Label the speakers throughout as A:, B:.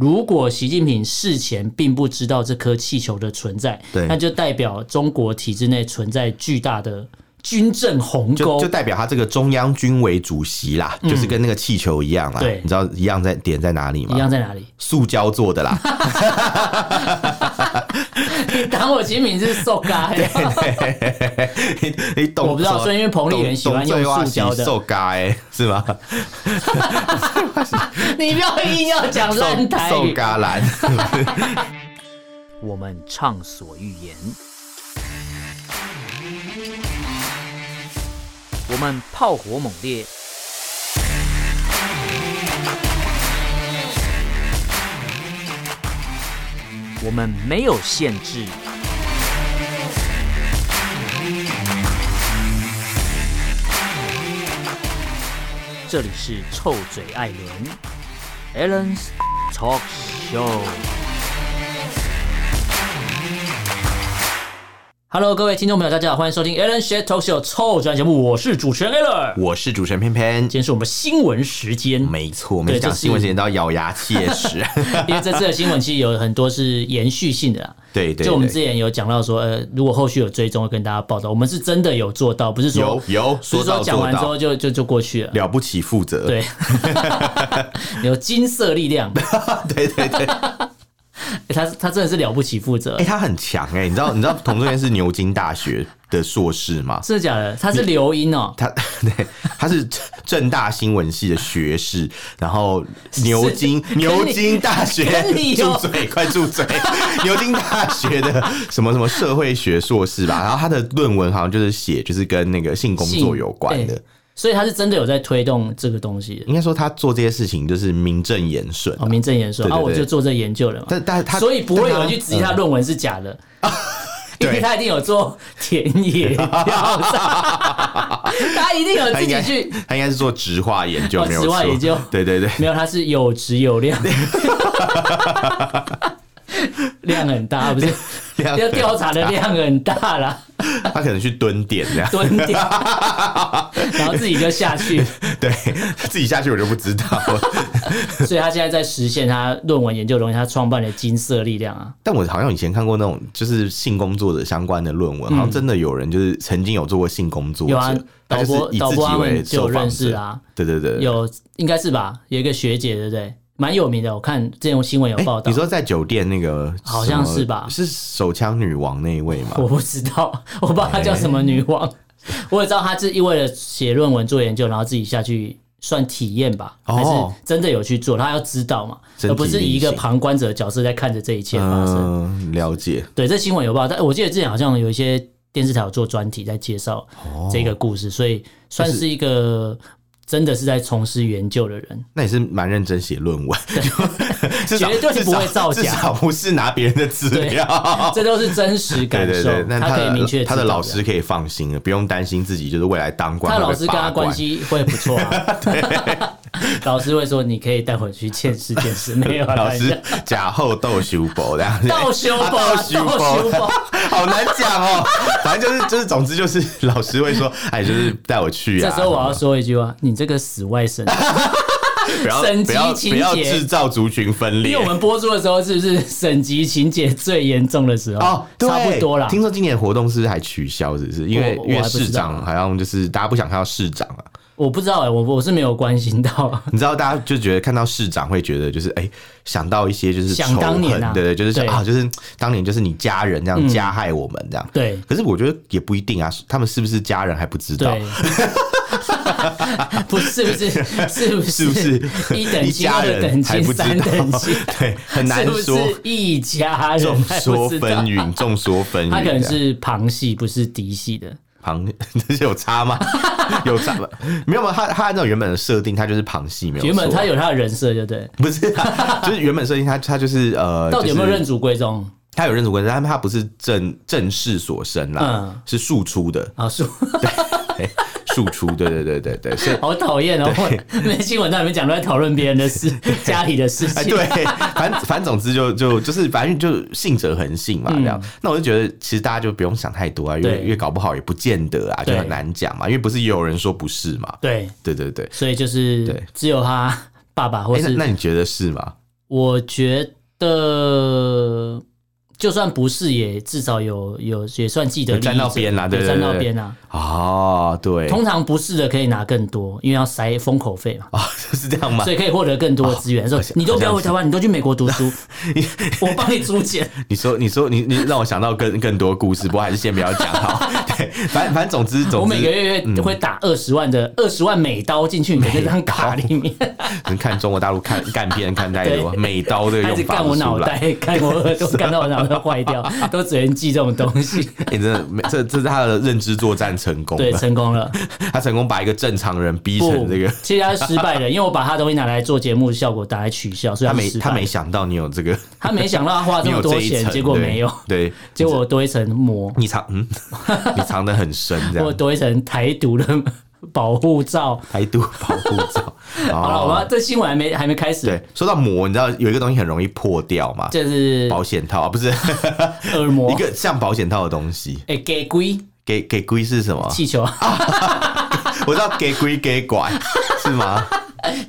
A: 如果习近平事前并不知道这颗气球的存在，
B: 对
A: 那就代表中国体制内存在巨大的军政鸿
B: 就
A: 沟
B: 就。代表他这个中央军委主席啦，就是跟那个气球一样啦。
A: 嗯对
B: 你知道一样在点在哪里
A: 一
B: 吗？
A: 样在 哪里？
B: 塑胶做 的啦，
A: 你当我习近平是瘦咖、
B: 你你懂？
A: 我不知道
B: 什么
A: 所以因为彭丽媛喜欢
B: 懂懂
A: 用
B: 醉蛙
A: 塑胶的
B: 洗瘦嘎欸 是吗？
A: 你不要硬要讲烂
B: 瘦
A: 台
B: 瘦
A: 语。
B: 嘎 蓝，
A: 我们畅所欲言，我们炮火猛烈，我们没有限制。这里是臭嘴艾伦 a l l e n s Talk Show。Hello，各位听众朋友，大家好，欢迎收听 Alan s h a t Talk Show 臭转节目，我是主持人 Alan。
B: 我是主持人偏偏
A: 今。天是我们新闻时间，
B: 没错，我们
A: 对
B: 讲
A: 这是
B: 新闻时间都要咬牙切 齿。
A: 因为这次的新闻其实有很多是延续性的啦。
B: 对对
A: 就我们之
B: 对，
A: 前有讲到说，呃，如果后续有追踪，会跟大家报道。我们是真的有做到，不是说
B: 有有
A: 不
B: 说
A: 是说
B: 到
A: 讲
B: 做
A: 完之后
B: 到，
A: 就就就过去了。
B: 了不起负责。
A: 对， 有金色力量，
B: 对对对，
A: 欸他他真的是了不起负责
B: 哎，，他很强哎，你知道你知道童正渊是牛津大学的硕士吗？
A: 真的假的？他是刘英哦，
B: 他 对，他是正大新闻系的学士，然后牛津
A: 是
B: 牛津大学
A: 跟你
B: 住
A: 有
B: 嘴，快住嘴！牛津大学的什么什么社会学硕士吧，然后他的论文好像就是写就是跟那个性工作
A: 性
B: 有关的嗯
A: 对，所以他是真的有在推动这个东西的。
B: 应该说他做这些事情就是名正言顺啊、
A: 哦，名正言顺
B: 对对
A: 啊，我
B: 对
A: 就做这研究了嘛。
B: 但但他
A: 所以不会有人去质疑他
B: 嗯
A: 论文是假的。因为
B: 对
A: 他一定有做田野调查， 他一定有
B: 他
A: 自
B: 应
A: 己
B: 该
A: 去，
B: 他应该是做直化研究，
A: 哦
B: 没有
A: 质化
B: 错
A: 研究
B: 对对对，
A: 没有，他是有质有量，量很大，不是
B: 量
A: 要调查的量很大啦，
B: 他可能去蹲点这样，
A: 蹲点，然后自己就下去，
B: 对自己下去我就不知道了。
A: 所以他现在在实现他论文研究的东西，他创办了金色力量啊，
B: 但我好像以前看过那种就是性工作者相关的论文，好像真的有人就是曾经有做过性工作
A: 嗯有啊
B: 者，他就是以
A: 导播导播
B: 自己
A: 他们
B: 为
A: 就有
B: 受访
A: 认识
B: 者
A: 啊，
B: 对对对。
A: 有应该是吧？有一个学姐，对不对？蛮有名的，我看这种新闻有
B: 哎
A: 报道。
B: 你说在酒店那个
A: 好像
B: 什么
A: 是吧
B: 是手枪女王那一位吗？
A: 我不知道，我不知道她叫什么女 王，我也知道她是因为了写论文做研究，然后自己下去算体验吧，
B: 哦
A: 还是真的有去做，她要知道嘛，
B: 身体
A: 而不是以一个
B: 力行
A: 旁观者的角色在看着这一切发生。
B: 嗯，了解。
A: 对，这新闻有报，但我记得之前好像有一些电视台有做专题在介绍
B: 哦
A: 这个故事，所以算是一个。真的是在从事研究的人，
B: 那也是蛮认真写论 文，至少
A: 绝对
B: 至
A: 不会
B: 少
A: 造假
B: 至少不是拿别人的资料。
A: 这都是真实
B: 对
A: 感
B: 哦 对
A: 受
B: 对，。那
A: 可以明确
B: 的
A: 知
B: 他的
A: 道
B: 老师可以放心了，不用担心自己就是未来当官
A: 他
B: 会被
A: 老师跟他
B: 拔管
A: 关系会不错 啊。老师会说你可以带回去见识见识，没有啊
B: 老
A: 开
B: 师
A: 玩
B: 假后斗修博这样子，
A: 笑倒修 吧，
B: 啊
A: 倒修吧。
B: 好难讲哦。反正就是就是，总之就是老 师会说，哎，就是带我去啊。
A: 这时候我要说一句话，你这个死外甥，
B: 不要
A: 省级
B: 不要
A: 情
B: 不要
A: 节
B: 制造族群分
A: 因
B: 裂
A: 为我。们播出的时候是不是省级情节最严重的时候？
B: 哦，对
A: 差不多啦。
B: 听说今年活动是不是还取消，是不是？因为
A: 我
B: 因为
A: 我还不知道
B: 市长好像就是大家不想看到市长啊，
A: 我不知道哎、我我是没有关心到。
B: 你知道大家就觉得看到市长会觉得就是哎、想到一些就是
A: 想当年啊
B: 仇恨对对，就是想
A: 对嗯
B: 啊，就是当年就是你家人这样加害我们这样。
A: 对
B: 可是我觉得也不一定啊，他们是不是家人还不知道
A: 对。。 不是不是是不是
B: 是不是
A: 一 等
B: 一
A: 亲
B: 家
A: 二等
B: 人还
A: 亲
B: 不知
A: 三
B: 道
A: 等亲，
B: 对，很难
A: 是不
B: 说，
A: 是一家人
B: 众
A: 还不
B: 说
A: 知道
B: 纷纭， 众说纷纭。
A: 他可能是
B: 啊
A: 旁系，不是嫡系的。
B: 螃， 这是有 差吗？有差吗？没有吗？他他按照原本的设定，他就是旁系，没有错
A: 原本他有他的人设，对不对？
B: 不是 啊，就是原本设定他他就是呃，
A: 到底有没有
B: 就是
A: 认祖归宗
B: 他有认主关系，但他不是正正式所生啦
A: 嗯，
B: 是庶出的，
A: 啊？说，。
B: 对庶出，对对对对对，是
A: 好讨厌哦！那新闻那里面讲都在讨论别人的 事、家里的事
B: 哎，
A: 情。
B: 对，反反总之就就就是反正就信者恒信嘛，这样。那我就觉得其实大家就不用想太多啊，因
A: 嗯
B: 为
A: 对
B: 因为搞不好也不见得啊，就
A: 对
B: 很难讲嘛。因为不是也有人说不是嘛？
A: 对，
B: 对对对。
A: 所以就是
B: 对
A: 只有他爸爸或
B: 哎、那
A: 是
B: 那你觉得是吗？
A: 我觉得就算不是，也至少有有也算记得
B: 有沾到边啦
A: 啦，
B: 对对
A: 有沾到
B: 对
A: 边啦。
B: 哦，对，
A: 通常不是的可以拿更多，因为要塞封口费嘛，
B: 哦， 是这样吗
A: 所？以可以获得更多的资源。说
B: 好像
A: 你都不要回台湾，你都去美国读书， 我帮你租钱。
B: 你说，你说，你你让我想到更更多故事，不过还是先不要讲 好。对，反正反正总之嗯
A: 我
B: 总
A: 每个
B: 之，
A: 月会打二十万的二十万美刀进去你的那张卡里 面，
B: 你看中国大陆看干片看太多，
A: 对
B: 美刀的
A: 开始
B: 用法
A: 干
B: 不
A: 我
B: 出
A: 脑
B: 来。
A: 袋，干我耳 朵，干到我脑袋坏掉，都只能记这种东西。
B: 你、哎真的没，这这是他的认知作战成功
A: 对，
B: 了，
A: 成功 了。
B: 他成功把一个正常人逼
A: 不
B: 成，这个。
A: 其实他是失败的，因为我把他东西拿来做节目效果，拿来取笑，所以
B: 他没
A: 没
B: 他没想到你有这 个，
A: 他没想到他花
B: 你
A: 这
B: 有
A: 么
B: 这
A: 多
B: 一
A: 钱，
B: 层，
A: 结果
B: 对
A: 没有，
B: 对，
A: 结果我多一层膜，
B: 你藏 嗯，你藏得很深，这
A: 我
B: 样
A: 多一层台独的保护罩。
B: 台独保护罩。
A: 好了，
B: 哦
A: 我们这新闻还没还没开始，
B: 对，说到膜，你知道有一个东西很容易破掉嘛？
A: 就是
B: 保险套 啊，不是
A: 耳膜
B: 一，个像保险套的东西。
A: 哎，给龟
B: 给给龟是什么？
A: 气球，
B: 我知道给龟给 拐是吗？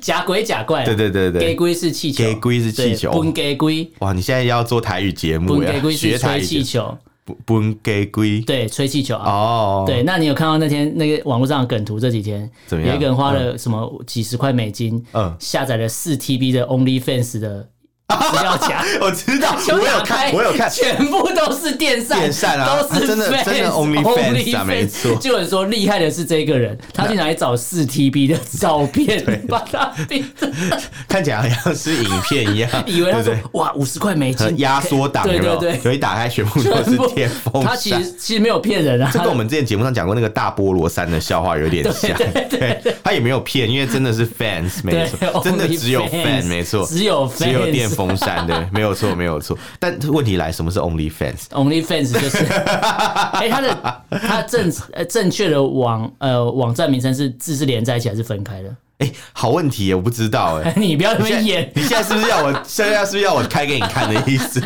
A: 假鬼假怪，
B: 对对对
A: 给
B: 对。
A: 龟是气球，
B: 给龟是气球
A: 对崩给龟，
B: 哇，你现在要做台语节目
A: 崩
B: 呀
A: 给？龟
B: 学
A: 是
B: 台
A: 吹
B: 语
A: 气
B: 节
A: 球，
B: 目，本给龟
A: 对，吹气球啊。
B: 哦，
A: 对，那你有看到那天那个网络上的梗图？这几天
B: 怎么样
A: 有一个人花了什么几十块美金，
B: 嗯
A: 下载了四 TB 的 OnlyFans 的资料夹，
B: 我知道， 我有看，我有看，
A: 全部都是电扇，
B: 电扇啊
A: 都是
B: 啊真的
A: fans，
B: 真的 OnlyFans 啊
A: OnlyFans
B: 没错
A: 就有人说厉害的是这个人，他去哪里找四 TB 的照 片，把它变成，，
B: 看起来好像是影片一样
A: 以为他说
B: 对不对？
A: 哇五十块美
B: 和
A: 金
B: 压缩档
A: 对
B: 有没
A: 对
B: 有？
A: 对，
B: 所以打开全部都是电风
A: 他其
B: 扇。
A: 实其实没有骗人啊，
B: 这跟我们之前节目上讲过那个大菠萝山的笑话有点像，对，他也没有骗，因为真的是 fans 没错，
A: 对
B: 真的只有
A: OnlyFans，
B: fan 没错，
A: 只有
B: 只有
A: fans
B: 电风扇对，没有错没有错。但问题来，什么是 only fans？
A: OnlyFans 就是，哎、它的它正呃正确的网呃网站名称是字是连在一起还是分开的？
B: 哎，好问题耶，我不知道哎。
A: 你不要那么
B: 现在
A: 演，
B: 你现在是不是要我？现在是不是要我开给你看的 意思？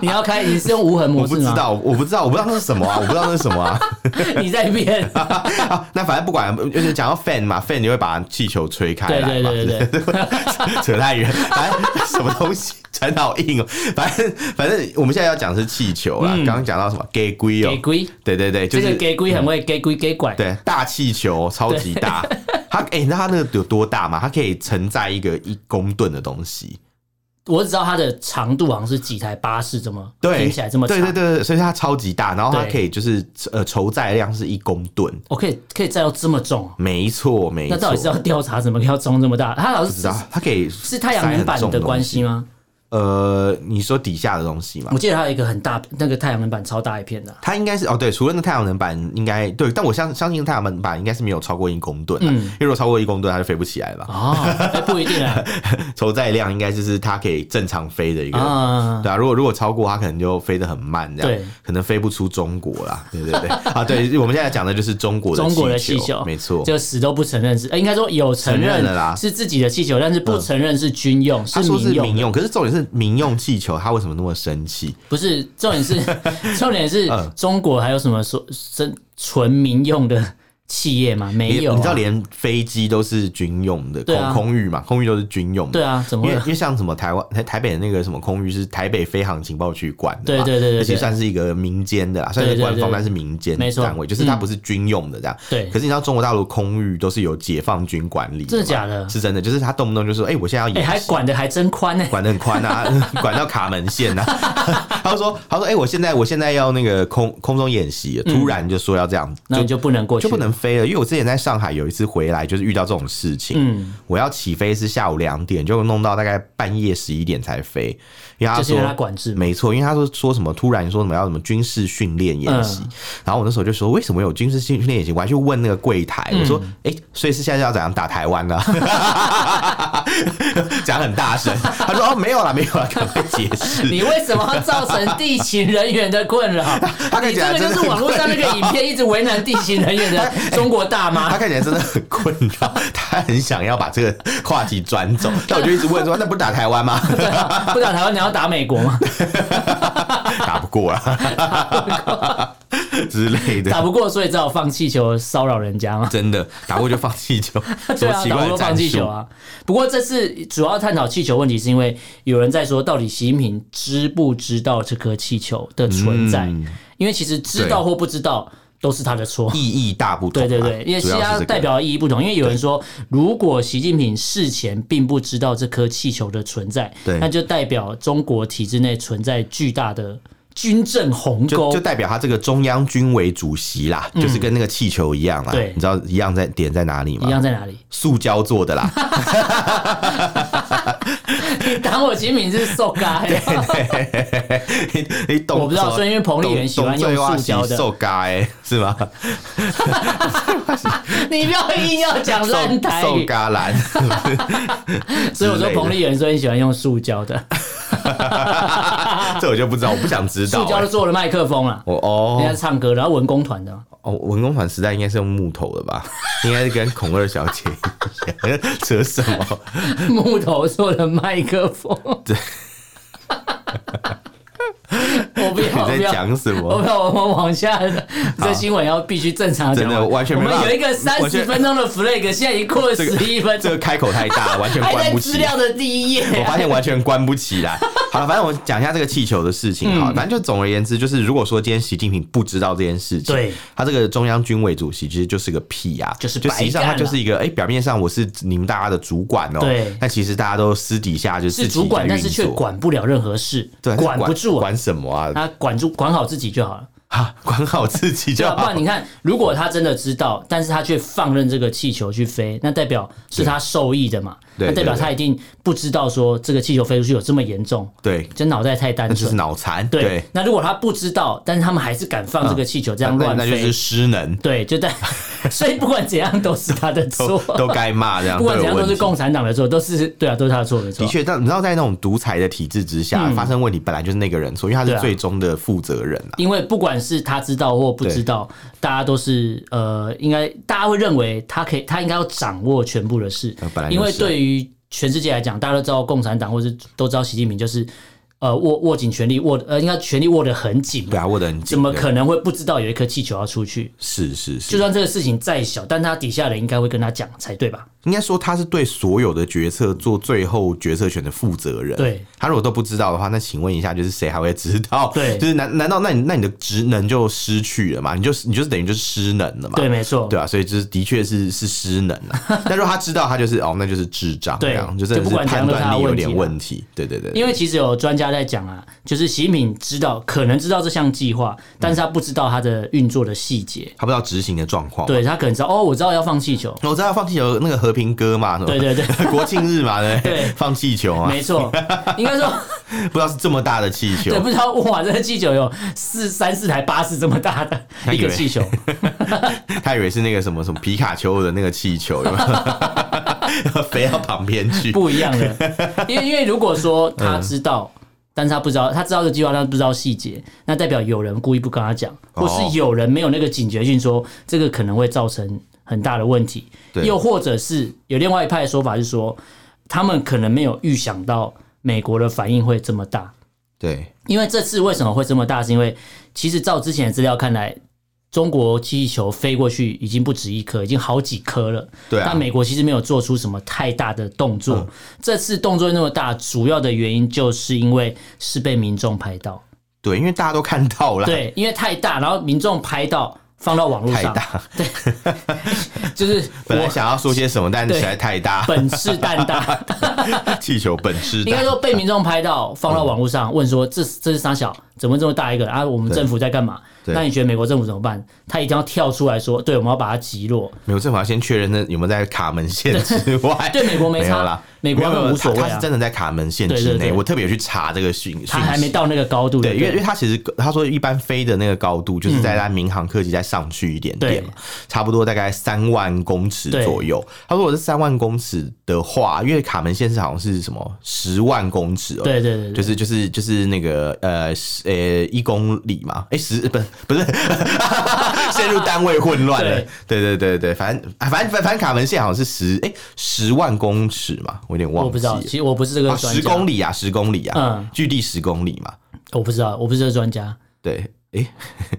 A: 你要开你是用无痕
B: 我
A: 模
B: 不
A: 式
B: 知
A: 吗？
B: 道，我不知道，我不知道那是什么啊！我不知道那是什么啊！
A: 你在 变，
B: 啊，那反正不管，就是讲到 fan 嘛，fan 你会把气球吹开
A: 对
B: 来
A: 对
B: 嘛，
A: 对对对，
B: 扯太远，反正什么东西传得好硬哦、反正反正我们现在要讲的是气球啦，刚刚讲到什么 gay 龟哦
A: 给，龟，
B: 对对对，就
A: 嗯这
B: 是嗯
A: 个给龟很会给龟给拐，
B: 对大气球超级大，它哎、你知道它那个有多大吗？它可以承载一个一公吨的东西，
A: 我只知道它的长度好像是几台巴士这么，
B: 对，
A: 听起来这么长，
B: 对对对对，所以它超级大，然后它
A: 对
B: 可以就是呃筹载量是一公吨，
A: 我哦可以可以载到这么重、啊，
B: 没错没错，
A: 那到底是要调查怎么要装这么大？它好像
B: 不
A: 是
B: 知道它可以
A: 是太阳能板的关系
B: 吗？
A: 吗？
B: 呃，你说底下的东西嘛
A: 我，记得它有一个很大那个太阳能板超大一片的啊、
B: 它应该是哦，对，除了那太阳能板，应该对，但我相相信太阳能板应该是没有超过一公吨、啊，
A: 嗯
B: 因为如果超过一公吨，它就飞不起来了 吧。
A: 哦，哎不一定啊，
B: 筹载量应该就是它可以正常飞的一个，
A: 啊
B: 对啊，如果如果超过，它可能就飞得很慢，这样
A: 对，
B: 可能飞不出中国啦， 对对对，啊，对，我们现在讲的就是中国的
A: 中国的
B: 气
A: 气球，
B: 没错，
A: 就死都不承认是，呃应该说有承
B: 承认
A: 认
B: 了啦
A: 是自己的气球，但是不承认是军用，
B: 他说是
A: 民
B: 民
A: 用，
B: 用，可是重点是民用气球，他为什么那么生气？
A: 不是重点 是重点是
B: 嗯
A: 中国还有什么说真纯民用的企业吗？没有啊，
B: 你知道连飞机都是军用的，
A: 对啊
B: 空空域嘛，空域都是军用的，
A: 对啊，怎么
B: 因为
A: 会
B: 因？为像什么台湾台台北的那个什么空域是台北飞航情报局管的嘛，
A: 对对对对对
B: 而且算是一个民间的啦，算是
A: 对对
B: 官方
A: 对
B: 但是民间
A: 没错
B: 单位，就是它
A: 嗯
B: 不是军用的这样。
A: 对
B: 可是你知道中国大陆空域都是由解放军管理，
A: 真的假的
B: 是真的，就是他动不动就说，哎、我现在要
A: 哎，
B: 演
A: 还
B: 习。
A: 管的还真宽欸呢，
B: 管得很宽啊， 管到卡门线呐、啊。 他说：“他说，哎、我现在我现在要那个空空中演习，突然就说要这样，
A: 嗯那你就不能过去，
B: 就不能飞了。因为我之前在上海有一次回来，就是遇到这种事情。
A: 嗯
B: 我要起飞是下午两点，就弄到大概半夜十一点才飞。因为他
A: 就是因
B: 说
A: 为他管制嘛。
B: 没错，因为他说说什么突然说什么要什么军事训练演习，
A: 嗯
B: 然后我那时候就说为什么有军事训训练演习？我还去问那个柜台，
A: 嗯
B: 我说哎、诶所以是现在要怎样打台湾呢、 讲很大声，他说哦没有啦没有啦，赶快解 释。
A: 你为什么要造成地勤人员的困扰？
B: 他看
A: 你
B: 起
A: 这
B: 来
A: 个
B: 真
A: 就
B: 的
A: 是网络上那个影 片一直为难地勤人员的 中国大妈
B: 他。看起来真的很困扰，他很想要把这个话题转走，但我就一直问说：“那不是打台湾吗？”
A: 对啊，
B: 啊
A: 不打台湾，你要打美国吗？
B: 打不过啊。之类的
A: 打。不过，所以只好放气球骚扰人 家嘛。
B: 真的打过就放 气球，什
A: 对
B: 么
A: 啊，
B: 奇
A: 打
B: 怪
A: 不过
B: 的
A: 放
B: 战
A: 气球
B: 术？
A: 啊。不过这次主要探讨气球问题，是因为有人在说，到底习近平知不知道这颗气球的存在？
B: 嗯
A: 因为其实知道或不知道都是他的错。
B: 意义大不同
A: 对对
B: 啊。
A: 对，因为
B: 主要是
A: 它
B: 这个
A: 代表的意义不同。因为有人说，如果习近平事前并不知道这颗气球的存在，
B: 对
A: 那就代表中国体制内存在巨大的军政鸿
B: 就
A: 沟
B: 就。代表他这个中央军委主席啦，就是跟那个气球一样
A: 嗯
B: 啦。
A: 对
B: 你知道一样在点在哪里
A: 一
B: 吗？
A: 样在哪里？
B: 塑胶做的啦，
A: 当我习近平是受 该，
B: 你你懂？
A: 我不知道
B: 什么
A: 所以因为彭丽媛
B: 懂
A: 喜欢
B: 懂醉
A: 用
B: 蛙
A: 塑胶的
B: 洗塑胶欸是吗？
A: 你不要硬要讲烂台
B: 塑
A: 语。
B: 胶篮，
A: 所以我说
B: 之类的
A: 彭丽媛说你喜欢用塑胶的，
B: 这我就不知道，我不想知道
A: 塑胶
B: 欸。
A: 的做的麦克风啦，啊
B: 我
A: 人家
B: 哦
A: 唱歌的，然后文工团的嘛。
B: 哦，文工团时代应该是用木头的 吧？应该是跟孔二小姐一样扯什么？
A: 木头做的麦克风。对， 我不要，
B: 你
A: 我不
B: 在
A: 要。
B: 讲什
A: 我
B: 么
A: 不？要，我们往下，这新闻要必须正常地讲
B: 哦真的完全
A: 我
B: 没办
A: 们
B: 法
A: 有一个三
B: 完
A: 十
B: 全
A: 分钟的 flag，现在已经过了
B: 这
A: 十
B: 个
A: 一分
B: 这
A: 钟，
B: 个开口太 大，完全
A: 还
B: 关
A: 在
B: 不
A: 资
B: 起。
A: 料的第一页
B: 我
A: 啊。
B: 发现完全关不起来。好了，反正我讲一下这个气球的事情
A: 嗯
B: 哈。反正就总而言之，就是如果说今天习近平不知道这件事情，
A: 对，
B: 他这个中央军委主席其实就是个屁啊，
A: 就是
B: 就实际上
A: 白
B: 他
A: 干了
B: 就是一个哎、表面上我是你们大家的主管哦、
A: 对
B: 但其实大家都私底下就是
A: 是
B: 自己在
A: 主管，但是
B: 运
A: 却
B: 作
A: 管不了任何事，
B: 对
A: 管不住啊。
B: 管什么啊？
A: 他管住管好自己就好了，
B: 啊管好自己
A: 对
B: 就
A: 啊，不
B: 好
A: 然。你看，如果他真的知道，但是他却放任这个气球去飞，那代表是他受益的嘛？
B: 对
A: 那代表
B: 对对
A: 他一定不知道说这个气球飞出去有这么严重，
B: 对，
A: 这脑袋太单
B: 那就是
A: 纯。
B: 脑残。
A: 对，
B: 对，
A: 那如果他不知道，但是他们还是敢放这个气球这
B: 那
A: 样
B: 那
A: 乱
B: 那
A: 飞，
B: 就是失能，
A: 对，就 代，所以不管怎样都是他的
B: 都
A: 错，
B: 都该骂这样。
A: 不管
B: 都
A: 怎
B: 有
A: 样都
B: 问
A: 是
B: 题
A: 共产党的错，都是对啊，都是他的错，没错
B: 的。确，但你知道，在那种独裁的体制之下，发生问题本来就是那个人错，因为他
A: 嗯对
B: 是
A: 啊
B: 最终的负责人啊。
A: 因为不管是他知道或不知道，大家都是呃，应该大家会认为他可以，他应该要掌握全部的事
B: 呃本来，就是
A: 因
B: 啊
A: 为对于全世界来讲，大家都知道共产党或是都知道习近平就是呃握握紧权力，握呃应该权力握得很紧嘛，
B: 对啊，握得很紧。
A: 怎么
B: 对
A: 可能会不知道有一颗气球要出去？
B: 是是是，
A: 就算这个事情再小，但他底下人应该会跟他讲才对吧？
B: 应该说他是对所有的决策做最后决策权的负责人。
A: 对，
B: 他如果都不知道的话，那请问一下，就是谁还会知道？
A: 对
B: 就是难难道那你那你的职能就失去了嘛？你就你就是等于就是失能了嘛？
A: 对，没错，
B: 对啊，所以就是的确是是失能 啊。但如果他知道，他就是哦，那就是智障，
A: 对
B: 这样就真
A: 就
B: 的
A: 不
B: 是
A: 管怎
B: 判
A: 样都是他
B: 断
A: 的
B: 力有
A: 问题
B: 点
A: 啦
B: 问题。对对对，
A: 因为其实有专家在讲啊，就是习近平知道可能知道这项计
B: 嗯
A: 划，但是他不知道它的运作的细节。
B: 他不知道执行的状况。
A: 对他可能知道哦，我知道要放气球，
B: 我知道放气球那个和平鸽嘛，什么
A: 对对对，
B: 国庆日嘛，对不对
A: 对
B: 放气球啊，
A: 没错，应该 说
B: 不知道是这么大的气球
A: 对，，不知道哇，这个气球有四三四台巴士这么大的
B: 他
A: 一
B: 以为
A: 个气球，
B: 他以为是那个什么什么皮卡丘的那个气球，有没有 飞到旁边去。
A: 不一样的。嗯因为因为如果说他知道。但是他不知道，他知道这计划，但是不知道细节，那代表有人故意不跟他讲，或
B: 哦
A: 是有人没有那个警觉性说这个可能会造成很大的问题，
B: 对
A: 又或者是有另外一派的说法是说，他们可能没有预想到美国的反应会这么大，
B: 对，
A: 因为这次为什么会这么大，是因为其实照之前的资料看来，中国气球飞过去已经不止一颗，已经好几颗了。
B: 对啊嗯
A: 但美国其实没有做出什么太大的动作。这次动作那么大，主要的原因就是因为是被民众拍到。
B: 对，因为大家都看到了，
A: 对，因为太大，然后民众拍到放到网络
B: 太
A: 上，
B: 大。
A: 就是
B: 本来
A: 我
B: 想要说些什么，但是
A: 对
B: 实在太大，
A: 本事蛋 大，
B: 气球本事
A: 应该
B: 大。
A: 说被民众拍到放到网络上，问说这这是啥小，怎么这么大一个啊？我们政府在干嘛？
B: 对
A: 那你觉得美国政府怎么办？他一定要跳出来说，对，我们要把它击 落。
B: 美国政府要先确认那有没有在卡门线之外。
A: 对美国没差
B: 有啦，
A: 美国
B: 没有
A: 根本
B: 没有
A: 无所谓啊
B: 他他是真的在卡门线
A: 对对
B: 之内。
A: 对
B: 我特别有去查这个讯讯息，
A: 他还没到那个高度，
B: 对，因为因为
A: 对
B: 他其实他说一般飞的那个高度，就是在他民航客机再上去一点点嘛，
A: 嗯
B: 差不多大概三万公尺左右。他说我是三万公尺的话，因为卡门县是好像是什么十万公尺哦、
A: 对对对对，
B: 就是就是就是那个呃十呃一公里嘛，哎、十不是不是 陷入单位混乱了，对对对对，反正啊反正反正卡门县好像是十哎十万公尺嘛，我有点
A: 我
B: 忘
A: 不
B: 记
A: 知道，
B: 了
A: 其实我不是这个
B: 啊
A: 专
B: 十
A: 家
B: 公，里啊十公里啊，
A: 嗯
B: 距离十公里嘛，
A: 我不知道，我不是这个专家，
B: 对，诶诶，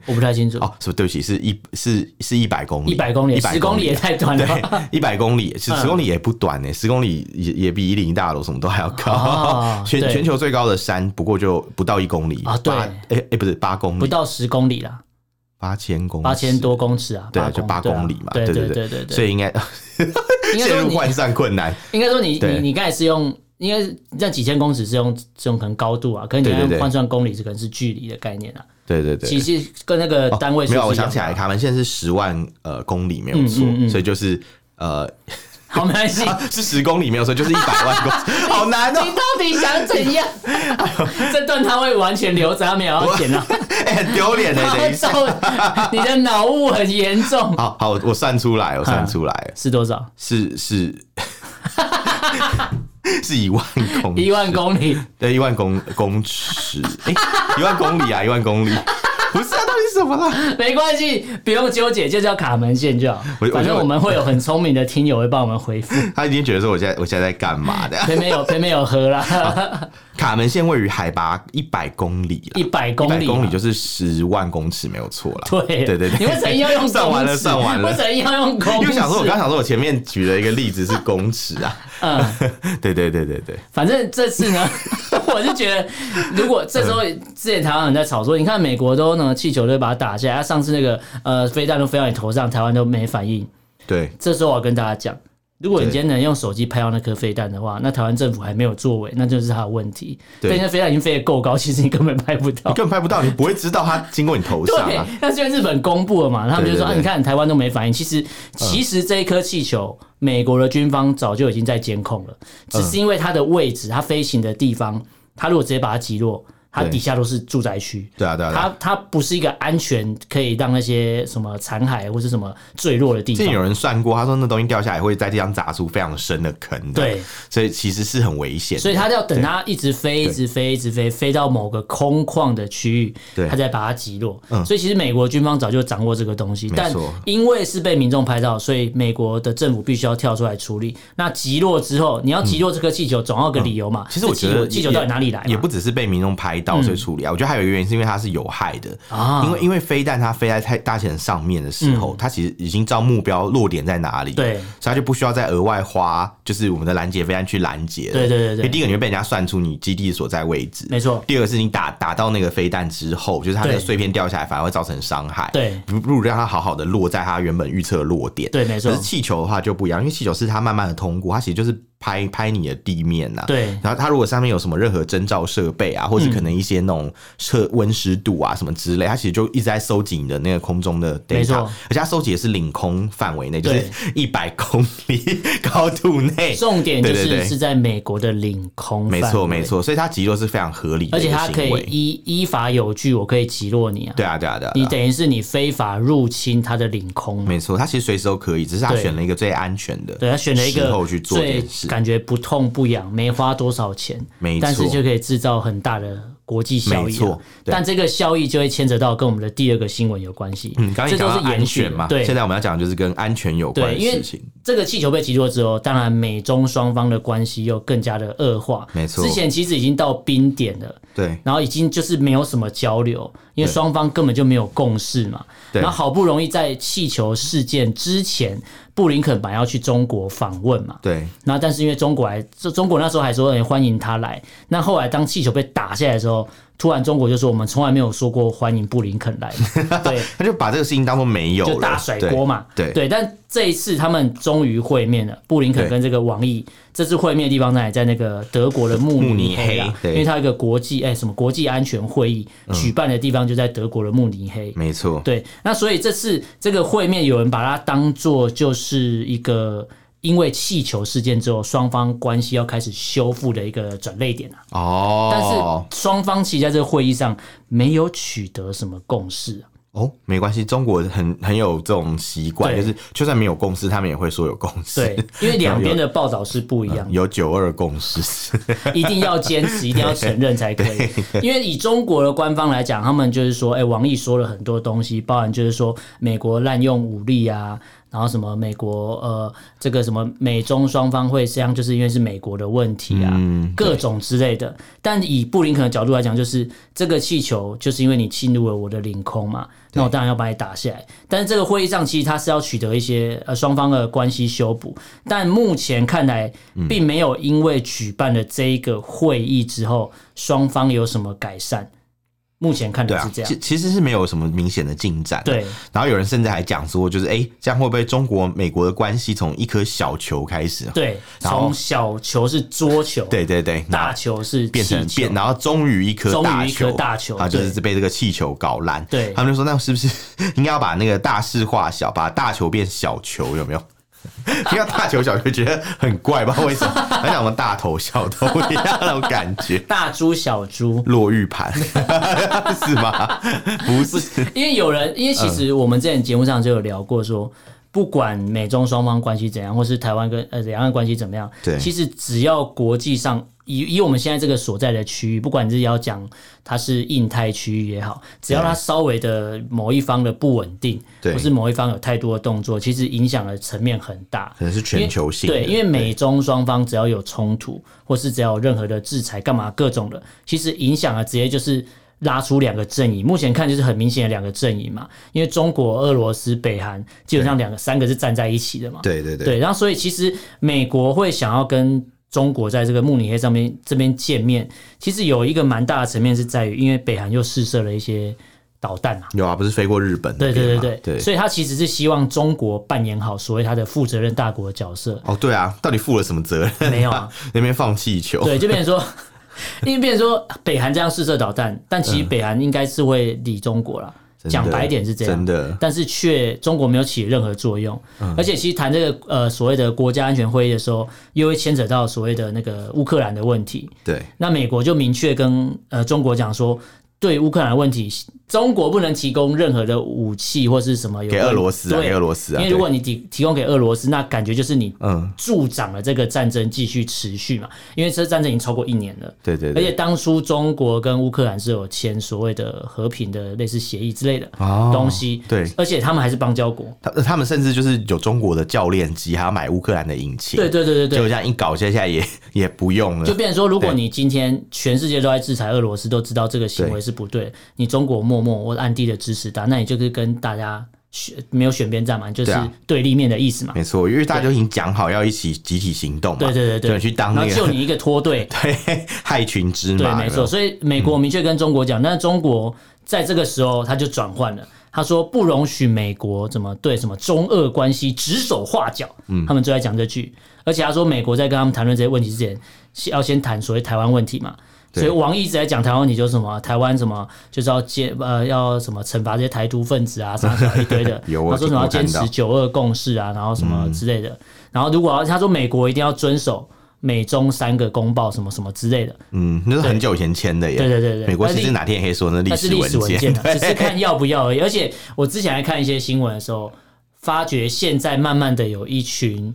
A: 我不太清楚。
B: 哦，是不对不起，是一是是一百公里，
A: 一百公里，
B: 100
A: 十公里也太短了吧。
B: 对，一百公里，其实
A: 嗯
B: 十公里也不短呢、十公里也也比一零一大楼什么都还要高。
A: 哦
B: 全
A: 对
B: 全球最高的山，不过就不到一公里
A: 啊对
B: 八哎哎不是八公
A: 不
B: 里，
A: 到十公里啦，
B: 八千公里，
A: 八千多公尺啊，
B: 对啊，
A: 公
B: 就八
A: 对啊
B: 公里嘛，
A: 对
B: 对
A: 对
B: 对
A: 对对。
B: 所以应该
A: 应该
B: 陷
A: 说
B: 入
A: 你，
B: 换算困难。
A: 应该说你
B: 对
A: 你你刚才是用，应该是那几千公尺是用这种可能高度啊，可能
B: 对对
A: 你
B: 对
A: 换算公里，这可能是距离的概念啊。
B: 对对对，
A: 其实跟那个单位
B: 没
A: 数
B: 有，
A: 是
B: 我
A: 一样
B: 想起
A: 的啊
B: 来，卡门现在是十万呃公里没有错，
A: 嗯嗯嗯
B: 所以就是呃
A: 好没 关系。
B: 啊是十公里没有错，就是一百万公 里，好难哦、
A: 你到底想怎 样？这段他会完全留着，他没有要剪啊，
B: 哎、很丢脸的，
A: 他
B: 等
A: 会
B: 一下，
A: 皱。你的脑雾很严重，
B: 好好，我算出来，我算出来了，
A: 是多少？
B: 是是 是一万公里，
A: 一万公里，
B: 对一万公公尺，哎、一万公里啊，一万公里，不是啊，到底是什么啦？
A: 没关系，不用纠结，就叫卡门线就好
B: 我。
A: 反
B: 我觉
A: 正
B: 得
A: 我们会有很聪明的听友会帮我们 回复。
B: 他已经觉得说我现在我现在在干嘛的？
A: 偏没有，偏没有喝啦，
B: 卡门县位于海拔一百公里啦，
A: 一百
B: 一
A: 公
B: 百
A: 里，啊
B: 公里就是十万公尺，没有错啦。
A: 对
B: 对对对
A: 你为什么要用公尺
B: 算完了算完了
A: 为什么要用公尺？
B: 因为想说，我刚想说，我前面举了一个例子是公尺啊，
A: 嗯，
B: 对对对对对，
A: 反正这次 呢，我是觉得，如果这时候
B: 嗯
A: 之前台湾人在吵说，你看美国都呢气球都把它打下来，啊上次那个呃飞弹都飞到你头上，台湾都没反应。
B: 对
A: 这时候我要跟大家讲，如果你
B: 对
A: 今天能用手机拍到那颗飞弹的话，那台湾政府还没有作为，那就是他的问题。
B: 对
A: 对，那飞弹已经飞得够高，其实你根本拍不到
B: 你。根本拍不到，你不会知道它经过你头上
A: 对
B: 啊。，
A: 那虽然日本公布了嘛，他们就说
B: 对对对嗯
A: 啊，你看台湾都没反应。其实，其实这一颗气球，美国的军方早就已经在监控了，
B: 嗯
A: 只是因为它的位置，它飞行的地方，它如果直接把它击落，它
B: 对
A: 底下都是住宅区。
B: 对啊对啊，对啊
A: 它它不是一个安全可以让那些什么残骸或是什么坠落的地
B: 之前
A: 方。
B: 有人算过，他说那东西掉下来会在地上砸出非常深的坑的，
A: 对，
B: 所以其实是很危险的。
A: 所以它要等它一直飞，一直飞，一直飞，飞到某个空旷的区域，
B: 对嗯
A: 它再把它击落。所以其实美国军方早就掌握这个东西，但
B: 错
A: 因为是被民众拍到，所以美国的政府必须要跳出来处理。那击落之后，你要击落这颗气球，总要有个理由嘛。
B: 嗯其实我觉得
A: 这气球气球到底哪里来嗯嘛？
B: 也不只是被民众拍到所以处理啊，我觉得还有一个原因是因为它是有害的
A: 啊嗯
B: 因为因为飞弹它飞在太大气层上面的时候，它其实已经知道目标落点在哪里，
A: 对
B: 所以它就不需要再额外花就是我们的拦截飞弹去拦截了，
A: 对对对对
B: 因为第一个你会被人家算出你基地所在位置，
A: 没错
B: 第二个是你打打到那个飞弹之后，就是它那个
A: 对
B: 碎片掉下来反而会造成伤害，
A: 对
B: 不不如让它好好的落在它原本预测的落点，
A: 对没错
B: 可是气球的话就不一样，因为气球是它慢慢的通过，它其实就是拍拍你的地面啊呐、
A: 对
B: 然后它如果上面有什么任何征兆设备啊，或是可能一些那种测温湿度啊什么之类，它其实就一直在收集你的那个空中的
A: 没错
B: data，而且它收集的是领空范围内，就是
A: 对
B: 一百公里高度内。
A: 重点就
B: 对对
A: 是
B: 对
A: 是在美国的领空，
B: 没错，没。错，所以它击落是非常合理的
A: 而
B: 一
A: 且
B: 个
A: 它可
B: 行
A: 以
B: 为。
A: 依依法有据，我可以击落你啊！
B: 对啊，对啊，对啊，对
A: 你
B: 啊
A: 等于是你非法入侵它的领空嘛。
B: 没错，它其实随时都可以，只是它
A: 对
B: 选了一个最安全的，
A: 对他选了一个
B: 时候去做这
A: 最
B: 件事。
A: 感觉不痛不痒，没花多少钱，
B: 没错
A: 但是就可以制造很大的国际效
B: 没
A: 益、啊
B: 错。对
A: 但这个效益就会牵扯到跟我们的第二个新闻有关系。
B: 嗯，刚刚
A: 这
B: 也
A: 都
B: 讲
A: 是
B: 到安
A: 延续
B: 全
A: 的
B: 嘛，
A: 对
B: 现在我们要讲的就是跟安全有关
A: 对，
B: 的
A: 因为
B: 事情。
A: 这个气球被击落之后，当然美中双方的关系又更加的恶化。
B: 没错
A: 之前其实已经到冰点了。
B: 对，
A: 然后已经就是没有什么交流，因为
B: 对
A: 双方根本就没有共识嘛。
B: 对
A: 然后好不容易在气球事件之前，布林肯本来要去中国访问嘛，
B: 对，
A: 然后但是因为中国来，这中国那时候还说、哎欢迎他来，那后来当气球被打下来的时候，突然中国就说我们从来没有说过欢迎布林肯来 嘛，对，
B: 他就把这个事情当做没有了，
A: 就大甩锅嘛，
B: 对对
A: 对。但这一次他们终于会面了，布林肯
B: 对
A: 跟这个王毅，这次会面的地方在哪里在那个德国的慕
B: 慕
A: 尼
B: 尼
A: 黑啊
B: 黑，对嗯
A: 因为它有一个国际哎、什么国际安全会议、举办的地方就在德国的慕尼黑，
B: 没错，
A: 对，那所以这次这个会面，有人把它当做就是一个因为气球事件之后，双方关系要开始修复的一个转类点啊。
B: 哦，
A: 但是双方其实在这个会议上没有取得什么共识啊、
B: 哦，没关系，中国很很有这种习惯，
A: 对
B: 就是就算没有共识，他们也会说有共识，
A: 对，因为两边的报道是不一样的，
B: 有九二 共识，
A: 一定要坚持，一定要承认才可以。因为以中国的官方来讲，他们就是说，哎、王毅说了很多东西，包含就是说美国滥用武力啊，然后什么美国呃这个什么美中双方会这样，就是因为是美国的问题啊，
B: 嗯
A: 各种之类的。但以布林肯的角度来讲，就是这个气球就是因为你侵入了我的领空嘛，那我当然要把你打下来。但是这个会议上其实它是要取得一些呃双方的关系修补，但目前看来并没有因为举办了这一个会议之后，双方有什么改善。目前看
B: 对
A: 来是
B: 啊，
A: 这样，
B: 其其实是没有什么明显的进展。
A: 对，
B: 然后有人甚至还讲说，就是哎、诶这样会不会中国美国的关系从一颗小球开始？
A: 对，
B: 然后
A: 从小球是桌球，
B: 对对对，
A: 大
B: 那
A: 球是
B: 变成
A: 气球
B: 变，然后终于一颗
A: 终于
B: 大
A: 一
B: 球，
A: 颗大球
B: 啊，就
A: 对
B: 是被这个气球搞烂。
A: 对
B: 他们就说，那是不是 应该要把那个大事化小，把大球变小球？有没有？ 听到大球小球觉得很怪，不知道为 什么，很像我们大头小头一样那种感觉。
A: 大猪小猪，
B: 落玉盘 是 吗？不是，
A: 因为有人，因为其实我们之前节目上就有聊过说。不管美中双方关系怎样，或是台湾跟呃两岸关系怎么样，
B: 对
A: 其实只要国际上以以我们现在这个所在的区域，不管你是要讲它是印太区域也好，只要它稍微的某一方的不稳定，
B: 对
A: 或是某一方有太多的动作，其实影响的层面很大。
B: 可能是全球性的
A: 对，因为美中双方只要有冲突，或是只要有任何的制裁，干嘛各种的，其实影响啊，直接就是拉出两个阵营。目前看就是很明显的两个阵营嘛，因为中国、俄罗斯、北韩基本上两个三个是站在一起的嘛。
B: 对对对
A: 对，然后所以其实美国会想要跟中国在这个慕尼黑上面这边见面，其实有一个蛮大的层面是在于，因为北韩又试射了一些导弹啊。
B: 有啊，不是飞过日本那
A: 对
B: 边
A: 对
B: 吗？
A: 对对，所以他其实是希望中国扮演好所谓他的负责任大国的角色，
B: 哦，对啊，到底负了什么责任、
A: 没有啊？
B: 那边放气球，
A: 对，就变成说，因为变成说北韩这样试射导弹，但其实北韩应该是会理中国啦。
B: 嗯真的
A: 讲白点是这样，
B: 真的嗯
A: 但是却中国没有起任何作用，而且其实谈这个呃所谓的国家安全会议的时候，又会牵扯到所谓的那个乌克兰的问题。
B: 对
A: 那美国就明确跟呃中国讲说，对乌克兰的问题，中国不能提供任何的武器或是什么有
B: 给
A: 关
B: 俄罗斯啊，
A: 对
B: 给俄罗斯啊，
A: 因为如果你提提供给俄罗斯，那感觉就是你
B: 嗯
A: 助长了这个战争继续持续嘛，因为这战争已经超过一年了。
B: 对对
A: 而且
B: 对，
A: 当初中国跟乌克兰是有签所谓的和平的类似协议之类的
B: 哦
A: 东西，
B: 对
A: 而且他们还是邦交国，
B: 他呃他们甚至就是有中国的教练机，还要买乌克兰的引擎，
A: 对对对对
B: 就
A: 对，
B: 这样一搞，接下来也也不用
A: 就
B: 了，
A: 变成说，如果
B: 对
A: 你今天全世界都在制裁俄罗斯，都知道这个行为是不对的，你中国默默我暗地的支持他，那你就是跟大家选没有选边站嘛，你就是
B: 对啊
A: 对立面的意思嘛，
B: 没错，因为大家都已经讲好要一起集体行动嘛，
A: 对对对
B: 对，去当
A: 然
B: 那
A: 后就
B: 个
A: 你一个脱队，
B: 对害群之
A: 对，
B: 马，
A: 没
B: 有
A: 错。
B: 有
A: 所以美国明确跟中国讲，但是中国在这个时候他就转换了，他说不容许美国怎么对什么中俄关系指手画脚，
B: 嗯
A: 他们就在讲这句。而且他说，美国在跟他们谈论这些问题之前，先要先谈所谓台湾问题嘛。
B: 对
A: 所以王毅一直在讲台湾问题，就是什么台湾什么就是要接呃要什么惩罚这些台独分子啊，啥啥一堆的
B: 。有我
A: 他说什么要
B: 我看
A: 坚
B: 到嗯
A: 持九二共识啊，然后什么之类的。然后如果要他说美国一定要遵守美中三个公报什么什么之类的，
B: 嗯，那是很久以前签的耶，
A: 对对对对
B: 美国其
A: 但
B: 实
A: 是
B: 哪天也可以说那
A: 那是历史文件
B: 件，
A: 啊，只是看要不要而已。而且我之前还看一些新闻的时候，发觉现在慢慢的有一群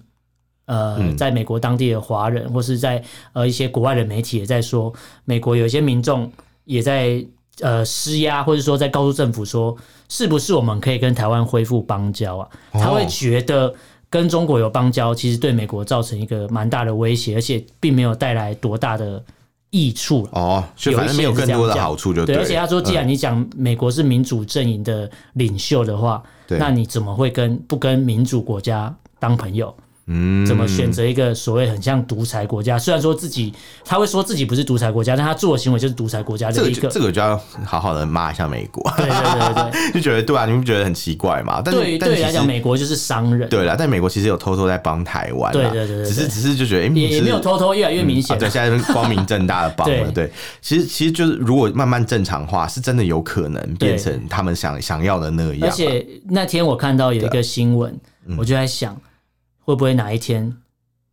A: 呃，在美国当地的华人，或是在呃一些国外的媒体也在说，美国有一些民众也在呃施压，或者说在告诉政府说，是不是我们可以跟台湾恢复邦交啊？
B: 哦
A: 他会觉得。跟中国有邦交，其实对美国造成一个蛮大的威胁，而且并没有带来多大的益处啦
B: 哦，就
A: 啊有一
B: 反正没有
A: 些是
B: 更
A: 这样
B: 多的
A: 讲
B: 好处就
A: 对，
B: 了嗯
A: 而且他说，既然你讲美国是民主阵营的领袖的话，
B: 对
A: 那你怎么会跟不跟民主国家当朋友？
B: 嗯
A: 怎么选择一个所谓很像独裁国家？虽然说自己他会说自己不是独裁国家，但他做的行为就是独裁国家
B: 这
A: 的
B: 个
A: 一
B: 就
A: 个。
B: 这个就要好好的骂一下美国，
A: 对对对对
B: 就觉得对啊，你们觉得很奇怪嘛？ 但
A: 对，对于
B: 是但
A: 对
B: 是
A: 于
B: 其
A: 来讲，
B: 实
A: 美国就是商人，
B: 对啦，但美国其实有偷偷在帮台湾
A: 对
B: 啦，
A: 对对对
B: 只是
A: 对
B: 只是就觉得哎，
A: 也
B: 你
A: 也
B: 是
A: 没有偷偷，越来越明
B: 啊
A: 显
B: 对，
A: 了。
B: 现在是光明正大的帮了。
A: 对
B: 对，其实其实就是如果慢慢正常化，是真的有可能
A: 对
B: 变成他们想想要的那样。啊
A: 而，且那天我看到有一个新闻，我就在想，会不会哪一天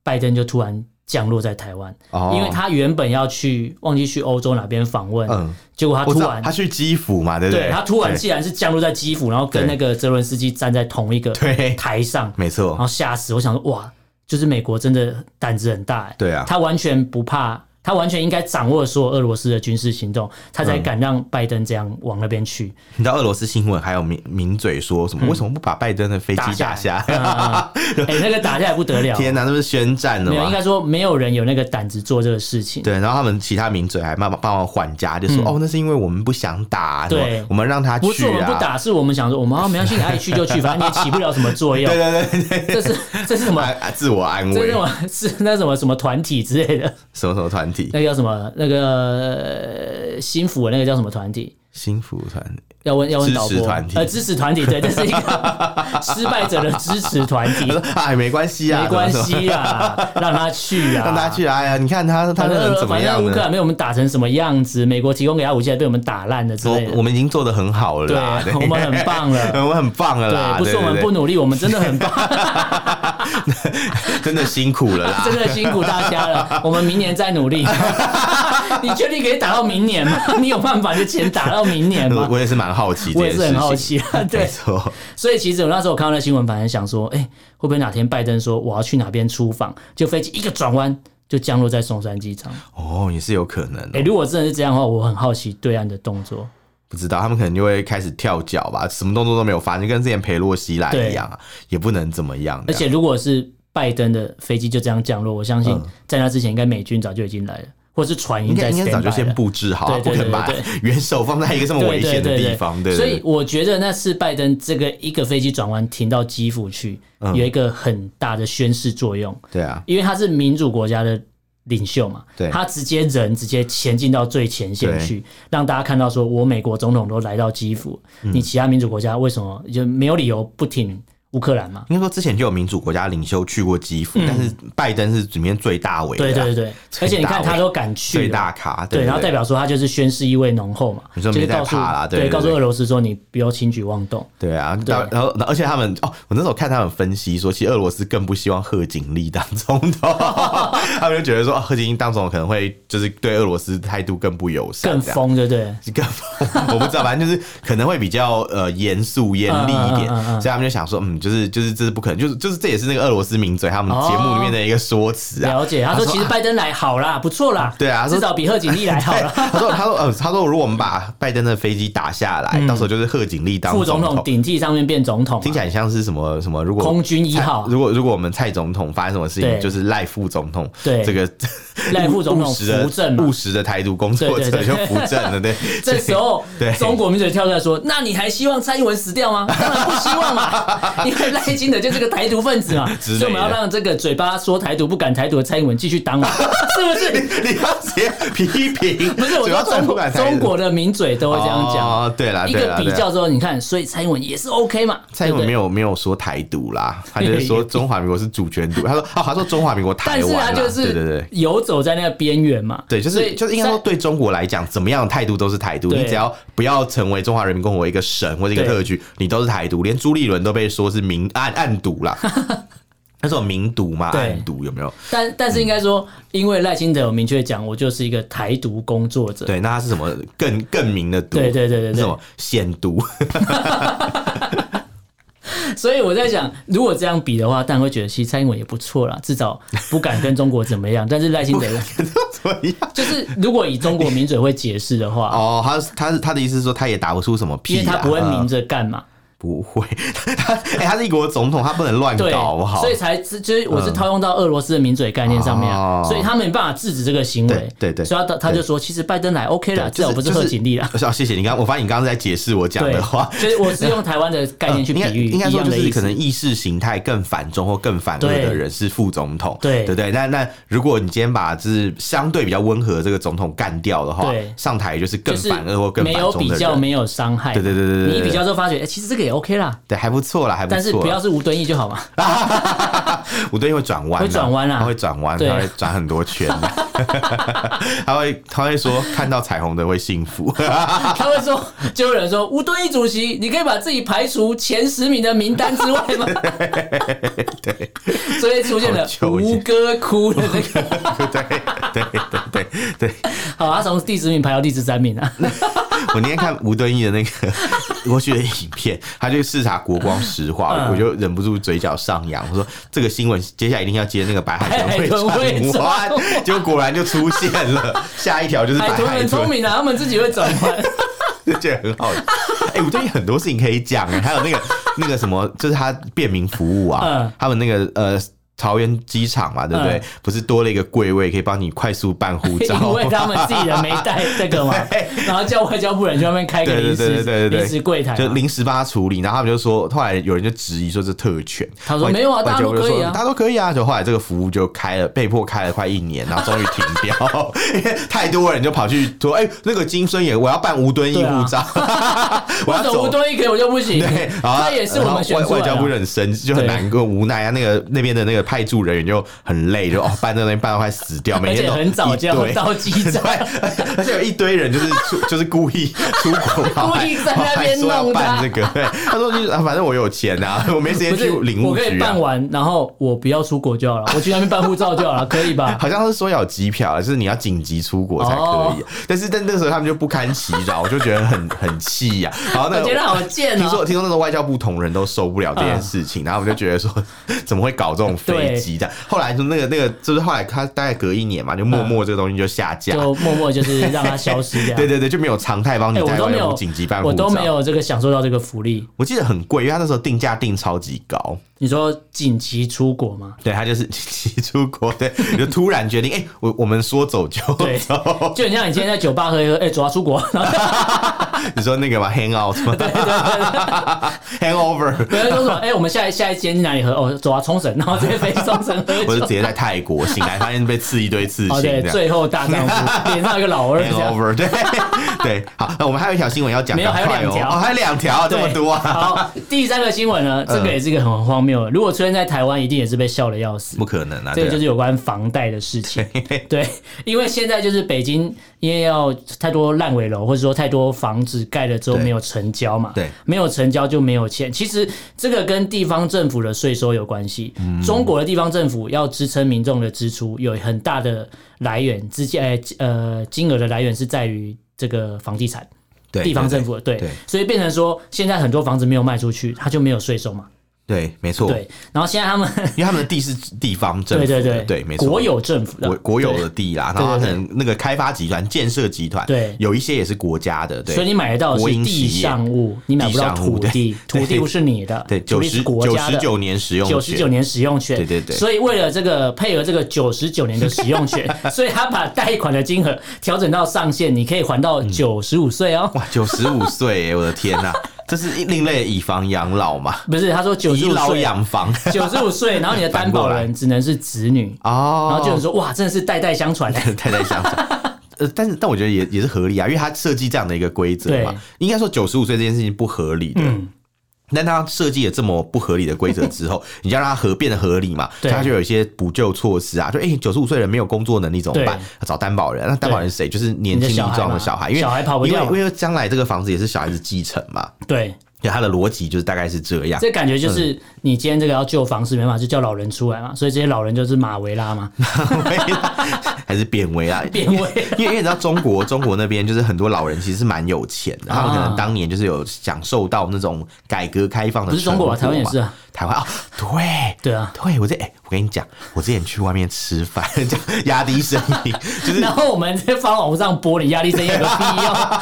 A: 拜登就突然降落在台湾？
B: 哦
A: 因为他原本要去忘记去欧洲哪边访问，
B: 嗯，
A: 结果他
B: 我
A: 突
B: 知道
A: 然
B: 他去基辅嘛，对不
A: 对他突然
B: 对
A: 既然是降落在基辅，然后跟
B: 对
A: 那个泽伦斯基站在同一个
B: 对嗯
A: 台上，
B: 没
A: 然
B: 错，
A: 后吓死！我想说，哇，就是美国真的胆子很大、欸，
B: 对啊
A: 他完全不怕，他完全应该掌握所有俄罗斯的军事行动，他
B: 嗯
A: 才敢让拜登这样往那边去。
B: 你知道俄罗斯新闻还有抿抿嘴说什么？
A: 嗯
B: 为什么不把拜登的飞机打 下？
A: 哎、那个打下来不得了，
B: 天哪，那不是宣战了
A: 没有，应
B: 吗
A: 该？说没有人有那个胆子做这个事情。
B: 对，然后他们其他名嘴还帮忙帮忙缓颊，就说、哦，那是因为我们不想打，什么
A: 嗯对
B: 我们让他去啊。
A: 不是我们不打，是我们想说，我们啊没关系，你爱去就去，反正你也起不了什么作用
B: 对。对对对
A: 这是这是什么？
B: 安啊自我安
A: 这是
B: 慰
A: 什，么？是那什么什么团体之类的？
B: 什么什么团体，
A: 那个叫什么？那个呃新福的那个叫什么团体？
B: 幸福团
A: 要问要问导
B: 支持
A: 播
B: 团体
A: 呃，支持团体，对，这是一个失败者的支持团体
B: 他，说哎，没关系啊，
A: 没关
B: 什么什么，
A: 系啦，让他去啊，
B: 让他。去啊。哎呀，你看他他
A: 反
B: 能
A: 正呃
B: 怎么
A: 反
B: 样
A: 正乌克
B: 呢？
A: 兰被我们打成什么样子，美国提供给他武器还被我们打烂了之类
B: 我
A: 的
B: 我，们已经做的很好了啦，
A: 对，我们很棒了。
B: 我们很棒了啦，
A: 对，不是我们
B: 对
A: 不努力，我们真的很棒，
B: 对真的辛苦了啦
A: 真。的辛苦大家 了。我们明年再努力。你确定可以打到明年 吗？你有办法就钱打到明年
B: 我
A: 吗？
B: 我也是蛮好奇，
A: 我也是很好，奇啊。对
B: 没，错，
A: 所以其实我那时候看到那新闻，反而想说，哎、会不会哪天拜登说我要去哪边出访，就飞机一个转弯就降落在松山机场？
B: 哦，也是有可能哦、
A: 哎、如果真的是这样的话，我很好奇对岸的动作。
B: 不知道他们可能就会开始跳脚吧，什么动作都没有发生，就跟之前佩洛西来一样啊，也不能怎么样。
A: 而且如果是拜登的飞机就这样降落，我相信在那之前，应该美军早就已经来了，或是船已
B: 应
A: 经
B: 该
A: 在
B: 嗯应该
A: standby
B: 早就先
A: 了。
B: 布置好
A: 对
B: 啊，不
A: 对
B: 可能把
A: 对对
B: 元首放在一个这么 危险的地方，对
A: 所以
B: 对
A: 我觉得那次拜登这个一个飞机转弯停到基辅去，
B: 嗯
A: 有一个很大的宣示作用。
B: 对啊，
A: 因为他是民主国家的领袖嘛，
B: 对
A: 他直接人直接前进到最前线去，让大家看到说，我美国总统都来到基辅，
B: 嗯
A: 你其他民主国家为什么就没有理由不挺乌克兰嘛？
B: 应该说之前就有民主国家领袖去过基辅，但是拜登是里面最大尾
A: 嗯
B: 的啊，
A: 对对对对，而
B: 最大
A: 且你看
B: 位
A: 他都敢去
B: 最
A: 了。
B: 大咖，
A: 对，
B: 对，
A: 然后代
B: 对
A: 表说他就是宣誓意味浓厚嘛，
B: 你说
A: 就是
B: 没在
A: 告诉
B: 怕啦对对
A: 告诉
B: 对
A: 俄罗斯说你不要轻举妄动，
B: 对啊，然后然后而且他们哦，我那时候看他们分析说，其实俄罗斯更不希望贺锦丽当总 统，他们就觉得说哦贺锦丽当总统可能会就是对俄罗斯态度更不友善，
A: 更
B: 这样
A: 疯，对不对？
B: 这个我不知道，反正就是可能会比较呃严肃严厉一
A: 嗯嗯
B: 点，
A: 嗯嗯
B: 所以他们就想说，嗯，就是就是这是不可能，就是就是这也是那个俄罗斯名嘴他们节目里面的一个说辞啊。
A: 了解，他说其实拜登来好啦，不错啦，
B: 对啊他说
A: 至少比贺锦丽来好 啦。
B: 他说：“他说，呃，他说，如果我们把拜登的飞机打下来，到时候就是贺锦丽当
A: 嗯副
B: 总
A: 总统顶替上面变总统啊，
B: 听起来很像是什么什么？如果
A: 空军一
B: 蔡
A: 号
B: 如果如果我们蔡总统发生什么事情，
A: 对
B: 就是赖副总统，
A: 对
B: 这个
A: 赖副总
B: 务
A: 统
B: 实的
A: 扶正嘛
B: 务实的台独工作者
A: 对对对
B: 就扶正了，对。
A: 这时候
B: 对，
A: 中国民主跳出来说：“那你还希望蔡英文死 掉吗？当然不希望啦， 因为赖清德就是个台独分子 嘛，
B: 之类
A: 所以我
B: 的
A: 们要让这个嘴巴说台独不敢台独的蔡英文继续当嘛， 是不是？
B: 你要直接批评，
A: 不是，我
B: 主
A: 说
B: 要
A: 中
B: 不
A: 国
B: 敢台独
A: 中国的名嘴都会这样讲。
B: 哦，对啦，
A: 一
B: 对
A: 个
B: 啦
A: 比，
B: 对啦
A: 较之后，你看，所以蔡英文也是 OK 嘛，
B: 蔡英文没
A: 有，
B: 有没有说台独啦，他就是 说中华民国是主权独，他说哦，他说中华民国台
A: 但是他
B: 湾啦，
A: 就
B: 对对
A: 是
B: 对。”
A: 游走在那个边缘嘛，
B: 对，就
A: 所
B: 是
A: 以
B: 就是应该说，对中国来讲，怎么样的态度都是台独。
A: 对
B: 你只要不要成为中华人民共和国一个省或者一个
A: 对
B: 特区，你都是台独。连朱立伦都被说是民暗暗 独啦，那种民独嘛，
A: 对
B: 暗独有没有？
A: 但但是应该说，因为赖清德有明确讲，我就是一个台独工作者，
B: 对，那他是什么更更明的独？
A: 对对对对对
B: 是什么显 独？
A: 所以我在想，如果这样比的话，但会觉得其实蔡英文也不错啦，至少不敢跟中国怎 么样。但是赖清德
B: 怎么样？
A: 就是，如果以中国民嘴会解释的话，
B: 哦，他他他的意思是说，他也打不出什么屁
A: 因
B: 啦，
A: 为他不会
B: 嗯
A: 明着干嘛，
B: 不会，他哎、他是一国总统，他不能乱
A: 对，
B: 搞，好不好？
A: 所以才就是我是套用到俄罗斯的民嘴概念上面啊
B: 哦，
A: 所以他没办法制止这个行为，
B: 对对对
A: 所以他他就说，其实拜登来 OK 啦，至少啊不是贺锦丽 啦。
B: 就是哦谢谢你刚，我发现你刚刚是在解释我讲
A: 对
B: 的话，。
A: 就是我是用台湾的概念去比
B: 呃应该
A: 喻，
B: 应该
A: 一
B: 说
A: 样
B: 就
A: 的
B: 是
A: 意
B: 可
A: 思。
B: 能意识形态更反中或更反俄
A: 对
B: 的人是副总统，
A: 对
B: 对不对？那那如果你今天把就是相对比较温和的这个总统干掉的话
A: 对，
B: 上台就是更
A: 就是
B: 反俄或更
A: 没
B: 反
A: 有
B: 中
A: 比
B: 的
A: 较，
B: 人，
A: 没有伤害。
B: 对对对对对对
A: 你一比较之后发觉，哎，其实这个也 OK 啦，
B: 对，还不错啦，还不
A: 但是
B: 错啊
A: 不要
B: 啦。
A: 是吴敦义就好 嘛。
B: 吴敦义会转弯啊，
A: 会转弯啊
B: 他会转弯，
A: 对
B: 他会转很多圈 啊，他会他会说看到彩虹的会幸福。
A: 他会说，就有人说吴敦义主席，你可以把自己排除前十名的名单之外 吗？对，所以出现
B: 好
A: 了
B: 纠结
A: 吴哥窟的那个，
B: 对对对对对，
A: 好，他从第十名排到第十三名啊，
B: 我那天看吴敦义的 那个过去的影片，他就视察国光石化，
A: 嗯
B: 我就忍不住嘴角上扬，我说这个新闻接下来一定要接那个白海豚
A: 海
B: 会
A: 豚会
B: 转弯， 结果果然就出现 了，下一条就是白
A: 海豚
B: 海
A: 很聪
B: 豚，
A: 明啊，他们自己会转 弯。
B: 这很好。哎，吴敦义很多事情可以讲 哎，还有那个那个什么，就是他便民服务啊
A: 嗯，
B: 他们那个呃。桃园机场嘛，对不对
A: 嗯？
B: 不是多了一个柜位，可以帮你快速办护照吗。
A: 因为他们自己人没带这个嘛，然后叫外交部人去那边开个
B: 对
A: 临
B: 对对对
A: 时
B: 对对
A: 临时柜台啊
B: 就
A: 嘛。
B: 临时帮他处理，然后他们就说，后来有人就质疑说这特权，
A: 他说
B: 外
A: 没有啊
B: 外交部
A: 大家
B: 就
A: 都可以啊
B: 说大家都可以啊，就后来这个服务就开了，被迫开了快一年，然后终于停 掉，因为太多人就跑去说，哎、那个金孙也我要办吴敦义
A: 对啊
B: 护照， 我要
A: 为什么
B: 走
A: 吴。敦义可以我就不行？
B: 对，然后
A: 他也是我
B: 然后
A: 们选
B: 外
A: 出来
B: 外
A: 的啊
B: 交部就很生气，就
A: 对
B: 很难过无奈啊。那个那边的那个派驻人员就很累，就哦办这个东西办到快死 掉，每
A: 而
B: 天
A: 且
B: 都
A: 很早
B: 一
A: 就要
B: 堆
A: 到机
B: 对
A: 场，，
B: 而且有一堆人就是出， 就是故意出国，
A: 故意在那边
B: 然后还说要
A: 弄他
B: 办这个。对，他说就是啊反正我有钱 啊，我没时间
A: 不
B: 去
A: 是
B: 领
A: 我
B: 物
A: 可以
B: 局啊
A: 办。完，然后我不要出国就好了，我去那边办护照就好了，可以吧？
B: 好像是说要有机票啊，就是你要紧急出国才可以啊。
A: 哦
B: 但是但那时候他们就不堪其扰，我就觉得很很气呀、然后那
A: 我
B: 个
A: 觉得好贱
B: 听
A: 哦
B: 说。听说那时候外交部同仁都受不了这件事情，然后我们就觉得说 怎么会搞这种飞机这样？后来就那个那个就是后来他大概隔一年嘛，就
A: 嗯
B: 默默这个东西就下架。
A: 就默默就是让它消失这样。
B: 对对对，就没有常态帮你
A: 啊哎，我
B: 在
A: 都
B: 外
A: 没
B: 交部
A: 有
B: 紧急办护
A: 我
B: 照，
A: 都没有这个享受到这个福利。
B: 我记得很贵，因为他那时候定价定超级高。
A: 你说紧急出国吗？
B: 对他就是 急出国， 对，你就突然决定，哎、我我们说走就
A: 对
B: 走。
A: 就很像你今天在酒吧喝一喝，哎，走啊，出国， 然后
B: 你说那个嘛，hang out 吗 ？hangover，
A: 别人说什 么？哎，我们下一下一间去哪里喝？哦，走啊，冲绳，然后直接飞冲绳喝
B: 我就
A: 酒
B: 直。接在泰国醒来，发现被刺一堆刺青，
A: 哦，
B: 这
A: 对，
B: 样。
A: 最后大丈 夫脸上有个老二这样。
B: Hangover，对 对，好，那我们还有一条新闻要讲，
A: 没有
B: 赶快
A: 还有
B: 哦
A: 两条
B: 哦，还有两条， 这
A: 对
B: 么多啊，嗯
A: 好，第三个新闻呢，这个也是一个很荒谬的。如果出现在台湾，一定也是被笑的要死。
B: 不可能啊，
A: 这
B: 对
A: 个
B: 啊
A: 就是有关房贷的事 情。对，因为现在就是北京，因为要太多烂尾楼，或者说太多房子盖了之后
B: 对
A: 没有成交嘛，
B: 对，
A: 没有成交就没有钱。其实这个跟地方政府的税收有关系。
B: 嗯
A: 中国的地方政府要支撑民众的支出，有很大的来源，之间呃呃金额的来源是在于这个房地产。
B: 对
A: 地方政
B: 府，
A: 府的对
B: 对
A: 所以变成说，现在很多房子没有卖出去，它就没有税收嘛。
B: 对，没错，
A: 对，然后现在他们
B: 因为他们的地是地方 政
A: 对
B: 府的，
A: 对对
B: 对，没错，
A: 国有政府的
B: 国国有
A: 对
B: 的地啦，
A: 对
B: 然
A: 对
B: 后可
A: 对
B: 能那个开发集团、建设集团，
A: 对
B: 有一些也是国家的，对，
A: 所以你买得到的
B: 国
A: 是
B: 营企
A: 地
B: 业
A: 上物，你买不到
B: 地上物
A: 土地，
B: 对
A: 土地不是你的，
B: 对
A: 土
B: 九
A: 地是
B: 十
A: 国
B: 九
A: 家
B: 十
A: 的。
B: 九年使用
A: 九十九年使用权，
B: 对对对
A: 所以为了这个配合这个九十九年的使用 权，所以他把贷款的金额调整到上限，你可以还
B: 嗯
A: 到九十五岁哦。
B: 哇，九十五岁耶，我的天呐、这是另类的以房养老嘛，
A: 不是，他说九十
B: 以
A: 五
B: 老
A: 岁，
B: 养房
A: 九十五岁，然后你的担
B: 反过
A: 保
B: 来
A: 人只能是子女，
B: 哦，
A: 然后就有人说哇，真的是代代相 传。
B: 太太 想想。呃，但是但我觉得也也是合理啊，因为他设计这样的一个规则嘛
A: 对，嗯
B: 应该说九十五岁这件事情不合理的。但他设计了这么不合理的规则 之后，你就要让它合变得合理嘛，所
A: 对
B: 以他就有一些补救措施啊，就哎，九十五岁人没有工作能力怎么办
A: 对？
B: 要找担保人，啊那担保人是谁？就是年
A: 你的
B: 轻力
A: 小孩
B: 壮的
A: 嘛
B: 小孩，因为
A: 小孩跑不
B: 因为
A: 掉嘛
B: 因为将来这个房子也是小孩子继承嘛，
A: 对，
B: 对，他的逻辑就是大概是这样。
A: 这感觉就是你今天这个要救房是没办法，就叫老人出来嘛，所以这些老人就是马维拉嘛，
B: 还是贬为啊，
A: 变位。
B: 因为因为你知道中国中国那边就是很多老人其实是蛮有钱的，他们
A: 啊
B: 可能当年就是有享受到那种改革开放的
A: 不是中国吧台
B: 成
A: 湾
B: 嘛
A: 也是啊，
B: 台湾啊，对。
A: 对啊，
B: 对，我这哎、我跟你讲，我之前去外面吃饭， 这样压低声音，就是
A: 然后我们在放网上播，你压力真有个必要？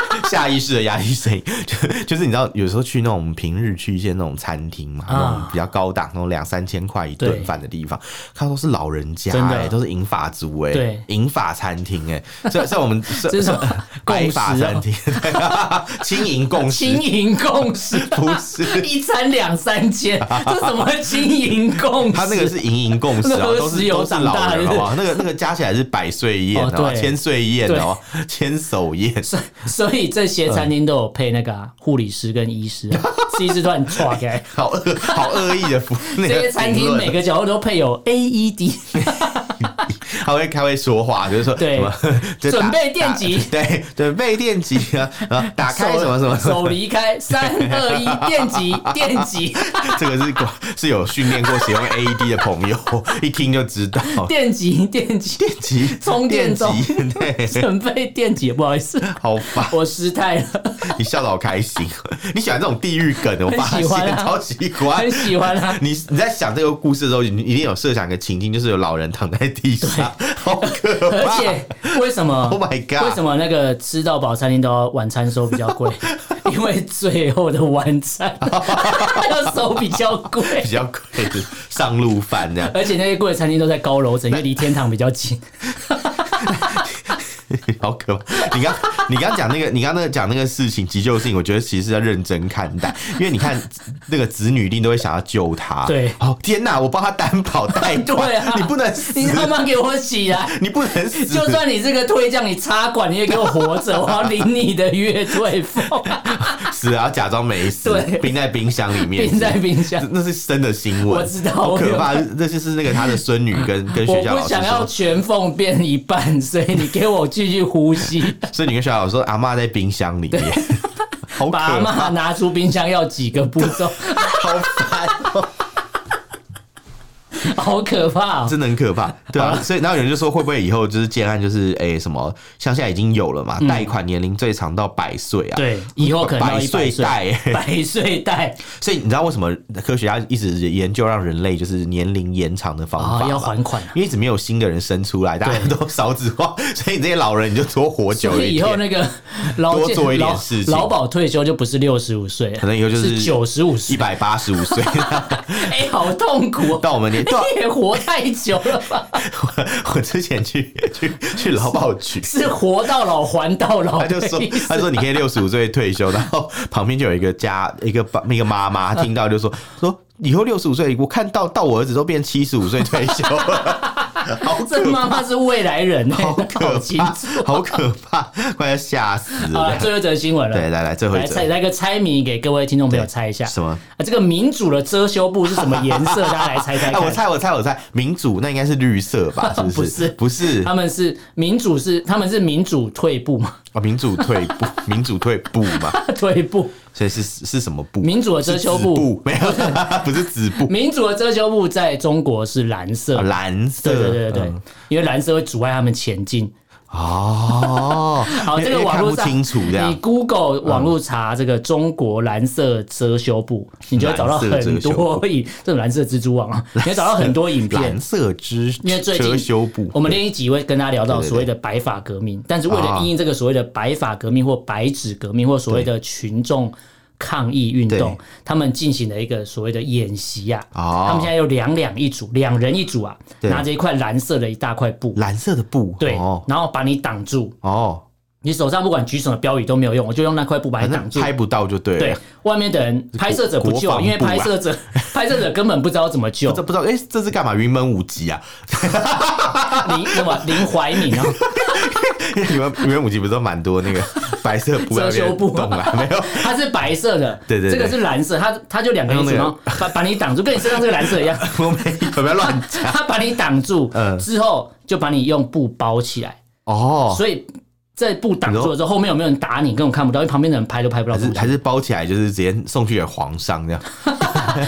B: 下意识的压低声音， 就就是你知道，有时候去那种平日去一些那种餐厅嘛，
A: 啊
B: 那种比较高档，那种两三千块一顿
A: 对
B: 饭的地方，看到都是老人家、
A: 真的
B: 哎，都是银发族哎、
A: 对
B: 银发餐厅 哎、这像我们这
A: 这是什么
B: 白发
A: 共识哦
B: 餐厅， 轻盈共识
A: 经。营共识，
B: 不是，
A: 一餐两三千，这什么经营共识？
B: 他那个是盈盈共识啊，
A: 那个
B: 都
A: 石
B: 是
A: 油
B: 都是
A: 长
B: 老
A: 大
B: 人
A: 的
B: 好不好？那个那个加起来是百岁宴
A: 哦
B: 好不好
A: 对
B: 千岁 宴
A: 对
B: 哦，千手宴。
A: 所以这些餐厅都有配那个啊护、理师跟医师、
B: 嗯
A: 啊，医师突然抓开。
B: 好恶， 好恶意的服 那
A: 这
B: 个
A: 些餐
B: 评
A: 厅
B: 论
A: E 每个角落都配有 AED，
B: 他会他会说话，就是说
A: 对
B: 什么 就打
A: 准备电击
B: 打 对，准备电击 啊，然后打开
A: 手
B: 什 么什么什么，
A: 手离开，三二一，电击，电击，
B: 这个是果是有训练过使用 AED 的朋友 一听就知道。
A: 电击， 电击，
B: 电击，
A: 充电中
B: 击，对，
A: 准备电击，不好意 思，
B: 好烦，
A: 我失态了，
B: 你笑得好开心。 你喜欢这种地狱梗，我发
A: 很喜欢
B: 现
A: 啊
B: 超喜欢
A: 很。喜欢啊。
B: 你你在想这个故事的时候，你你一定有设想一个情境，就是有老人躺在地上，好可怕。
A: 而且为什么
B: Oh my god
A: 为什么那个吃到饱餐厅都要晚餐收比较 贵？因为最后的晚餐要收比较贵，
B: 比较贵的上路饭这样，
A: 而且那些贵的餐厅都在高楼层，因为离天堂比较 近。
B: 好可怕！你刚你刚讲那个，你刚那个讲那个事情急救的事情，我觉得其实是要认真看待，因为你看那个子女一定都会想要救他。
A: 对
B: 哦天哪，我帮他担保贷款，
A: 对啊
B: 你不能死，
A: 你他妈给我起来！
B: 你不能死，
A: 就算你这个退将，你插管你也给我活着，我要领你的月退俸，
B: 死了要假装没死，
A: 对
B: 冰在冰箱里面，
A: 冰在冰箱。
B: 那是真的新闻，
A: 我知道
B: 好可怕
A: 我！
B: 那就是那个他 的孙女跟跟
A: 我
B: 学校老
A: 不
B: 师
A: 想要
B: 说，
A: 全缝变一半，所以你给我继续呼吸，
B: 孙女跟学校老师说，阿嬷在冰箱里面， 好可
A: 把阿
B: 怕
A: 妈，拿出冰箱要几个步骤，
B: 好烦哦。
A: 好可怕、哦。
B: 真的很可怕，对啊，所以然后有人就说，会不会以后就是建案就是诶、什么，像现在已经有了嘛，贷款年龄最长到百岁啊，
A: 嗯对，以后可能要
B: 百
A: 一百
B: 岁
A: 岁
B: 贷、 欸
A: 百岁贷
B: 所以你知道为什么科学家一直研究让人类就是年龄延长的方
A: 啊、
B: 法吗？
A: 要还款啊。
B: 因为一直没有新的人生出来，大家都少子化， 所以你这些老人你就多活久
A: 所以
B: 一
A: 以后
B: 点。
A: 那个劳
B: 多
A: 健
B: 做一点
A: 劳
B: 事情
A: 劳保退休就不是六十五岁了，
B: 可能以后就是
A: 是九十五
B: 一
A: 岁。
B: 百八十五岁，
A: 哎、好痛苦、哦，
B: 到我们年，对啊
A: 你也活太久了吧？
B: 我 我之前去去去劳保局，
A: 是活到老还到老
B: 他
A: 的
B: 就
A: 意思，
B: 说，他说你可以六十五岁退休，然后旁边就有一个家一个爸一个妈妈听到就说说以后六十五岁，我看到到我儿子都变七十五岁退休了，好
A: 这
B: 可
A: 妈妈是未来人、欸，
B: 好可
A: 搞清
B: 怕
A: 楚。，
B: 好可怕，快要吓死
A: 好
B: 了
A: 了，。最后一则新闻了。
B: 对，来来，最后一
A: 来
B: 则
A: 猜来个猜谜，给各位听众朋友
B: 对
A: 猜一下，
B: 什么？
A: 啊，这个民主的遮羞布是什么颜 色？大家来猜猜
B: 哎，
A: 看。
B: 我猜我猜我猜，民主那应该是绿色吧？ 是不是？不是，
A: 他们是民主是他们是民主退步嘛？
B: 哦，民主退步，民主退步嘛，
A: 退步，
B: 所以是是什么步？
A: 民主的遮
B: 是
A: 羞
B: 紫
A: 布，
B: 布，没有，不是紫布，
A: 民主的遮羞布在中国是蓝色。
B: 啊蓝
A: 对
B: 色，
A: 对对对对
B: 嗯，
A: 因为蓝色会阻碍他们前进。
B: 哦，
A: 好，
B: 因
A: 这
B: 为
A: 个
B: 因为
A: 网
B: 看
A: 络
B: 不
A: 上
B: 清楚这
A: 你
B: 样。
A: Google 网络查这个中国蓝色遮羞布，你就会找到
B: 嗯蓝色
A: 很
B: 遮羞
A: 多
B: 布
A: 影，这种蓝色蜘蛛网啊，你会找到很多影片
B: 蓝。色之
A: 因为最近
B: 遮羞布，
A: 我们另一集会跟大家聊到
B: 对对对啊
A: 所谓的白发革命，但是为了因应这个所谓的白发革命或白纸革命或所谓的群众抗议运动
B: 对，
A: 他们进行了一个所谓的演习呀、
B: 哦
A: 他们现在有两两一组，两人一组啊，
B: 对
A: 拿着一块蓝色的一大块布，
B: 蓝色的布，
A: 对，
B: 哦
A: 然后把你挡住，
B: 哦，
A: 你手上不管举什么标语都没有用，我就用那块布把
B: 反
A: 你
B: 正
A: 挡住。
B: 啊拍不到就对
A: 对
B: 了。，
A: 外面的人拍摄者不
B: 国
A: 救，
B: 防
A: 因为
B: 部啊
A: 拍 摄者、拍摄者根本不知道怎么救
B: 这，不知道，哎，这是干嘛？云门舞集啊？
A: 林什么林怀民啊，
B: 因为你们云门舞集不是都蛮多那个 白色布在那边
A: 遮羞布
B: 动啊？没有，
A: 它是白色的，
B: 对对对哎
A: 这个是蓝色，它它就两个颜色，
B: 用那个
A: 然后把把你挡住，跟你身上这个蓝色一 样，
B: 我没有，不要乱 讲。
A: 它把你挡住
B: 嗯
A: 之后就把你用布包起来，
B: 哦，
A: 所以这布挡住了之后，后面有没有人打你，根本看不到，因为旁边的人拍都拍不到
B: 还
A: 东
B: 是
A: 西。
B: 还是包起来，就是直接送去给皇上这样，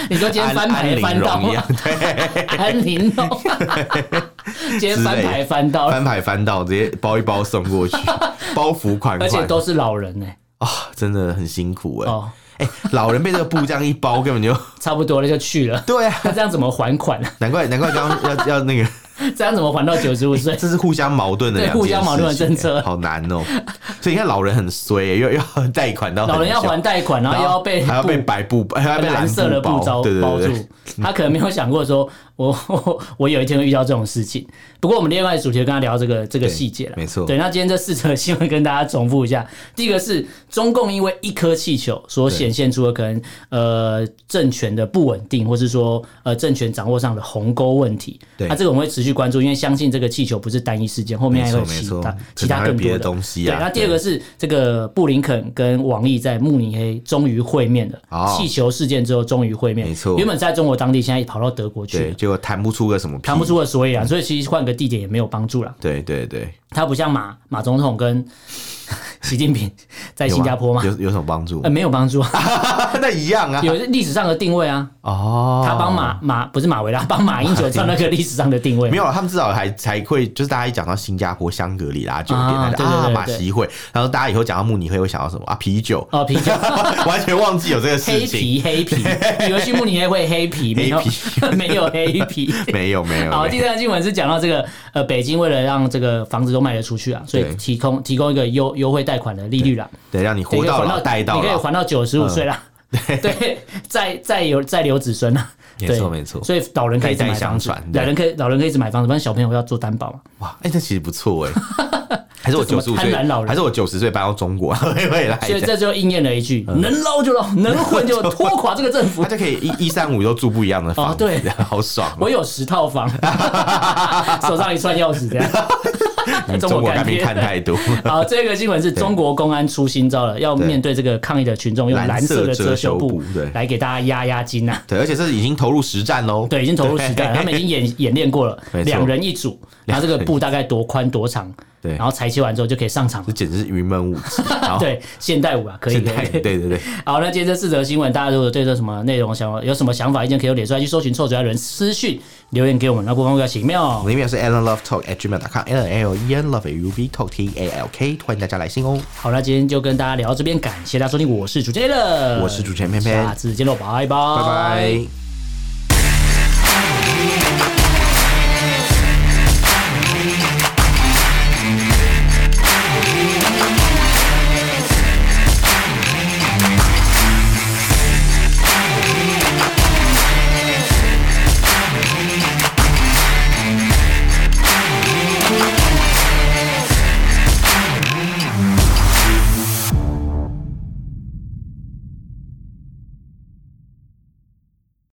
A: 你说今天
B: 安
A: 翻
B: 安
A: 牌
B: 陵
A: 翻到
B: 容 一样，对，
A: 安玲珑，啊今 天翻牌翻到了，
B: 翻牌翻到直接包一包送 过去，包袱款款，
A: 而且都是老人呢、欸
B: 啊，真的很辛苦哎。
A: 哦，
B: 哎、老人被这个布这样一包，根本就。
A: 差不多了就去了
B: 对啊，
A: 那这样怎么还款？
B: 难怪难怪刚刚要要那个，
A: 这样怎么还到九十五 岁？
B: 这是互相矛盾的
A: 对
B: 两件
A: 互相矛盾的
B: 事情
A: 政策
B: 哎好难哦、所以你看老人很衰、欸，又又要贷款到很
A: 老人要
B: 久
A: 还贷款，然后又要被
B: 还要
A: 布
B: 被白布，还要被
A: 蓝色的布
B: 包，
A: 包
B: 对对
A: 包
B: 对
A: 住
B: 对，
A: 他可能没有想过说， 我我我有一天会遇到这种事情。不过我们另外的主题跟他聊这个这个
B: 对
A: 细节了，
B: 没错
A: 对，那今天这四则新闻跟大家重复一下。第一个是中共因为一颗气球所显现出的可能呃政权的不稳定，或是说呃政权掌握上的鸿沟问题。
B: 对
A: 那这个我们会持续关注，因为相信这个气球不是单一事件，后面还有
B: 没错
A: 其
B: 没错
A: 他其
B: 可能
A: 他
B: 还有
A: 更
B: 别
A: 多
B: 的东西啊
A: 对，那第二个是这个布林肯跟王毅在慕尼黑终于会面了
B: 哦，
A: 气球事件之后终于会面，
B: 没错
A: 原本在中国当地，现在跑到德国去
B: 对嗯
A: 了。
B: 就结果谈不出个什么屁，
A: 谈不出个所以然，所以其实换个地点也没有帮助啦。
B: 对对对，
A: 他不像马马总统跟 习近平在
B: 有
A: 新
B: 吗
A: 加坡嘛，
B: 有有什么帮助
A: 呃，？没有帮助啊，
B: 那一样啊。
A: 有历史上的定位啊，
B: 哦，
A: 他帮马马不是马维拉，帮马英九做那个历史上的定位
B: 没。有啊，他们至少还才会，就是大家一讲到新加坡香格里拉酒店，
A: 啊
B: 大家
A: 对对对
B: 啊
A: 对
B: 马习会，然后大家以后讲到慕尼黑会想到什么啊？啤酒，
A: 哦，啤酒
B: 完全忘记有这个事
A: 黑
B: 情。
A: 皮黑皮， 以为去慕尼黑会黑皮，没有
B: 黑
A: 没有黑皮。
B: 没有没有，
A: 好，
B: 没
A: 第
B: 有
A: 三个新闻是讲到这个，呃，北京为了让这个房子都卖得出去啊，所以
B: 对
A: 提供提供一个优优惠贷款的利率啦，
B: 对，让你
A: 对
B: 活到
A: 可以
B: 老
A: 还
B: 带到嗯
A: 你可以
B: 老，
A: 还到九十五岁啦， 对，再再有再留子孙啦，
B: 没
A: 对
B: 错没错
A: 所以老人可以一直
B: 代代
A: 买房
B: 相
A: 子
B: 传，对
A: 老人可以老人可以一直买房子，不然小朋友要做担保嘛，
B: 哇，哎，这其实不 错哎，还是我
A: 这怎么
B: 九十五
A: 贪
B: 岁
A: 婪老，人
B: 还是我九十岁搬到中国 会会来
A: 所以
B: 的，
A: 这就应验了一句：
B: 嗯
A: 能捞就捞，能混 就拖垮这个政府
B: 他。就可以一一三五都住不一样的房子，
A: 哦对
B: 好爽哦。
A: 我有十套 房，手上一串钥匙这样。
B: 你中国干片看太 多，
A: 好，这个新闻是中国公安出新招了，要面对这个抗议的群众，用蓝色的遮羞布
B: 蓝色遮羞布对
A: 来给大家压压惊呐、啊。
B: 对，而且这已经投入实战喽，
A: 对，已经投入实战了，他们已经 演演练过了
B: 没，错
A: 两人一组，然后这个布大概多宽多长，
B: 对
A: 然后裁切完之后就可以上场
B: 这。简直是云门舞集。然后
A: 对，现代舞啊，可以
B: 现
A: 可
B: 在
A: 以。
B: 对对对，
A: 好，那接着四则新闻，大家如果对这什么内容想有什么想法、意见，可以有脸书来去搜寻“臭嘴爱人”私讯留言给我们，那不方便请
B: 我
A: 妙。
B: 们的 email 是 alan love talk at gmail com a l l e n love u v talk t a l k，欢迎大家来信哦。
A: 好，那今天就跟大家聊到这边，感谢大家收听，我是主持人 a l
B: 我是主持人偏偏
A: 下次见喽，拜拜，
B: 拜拜。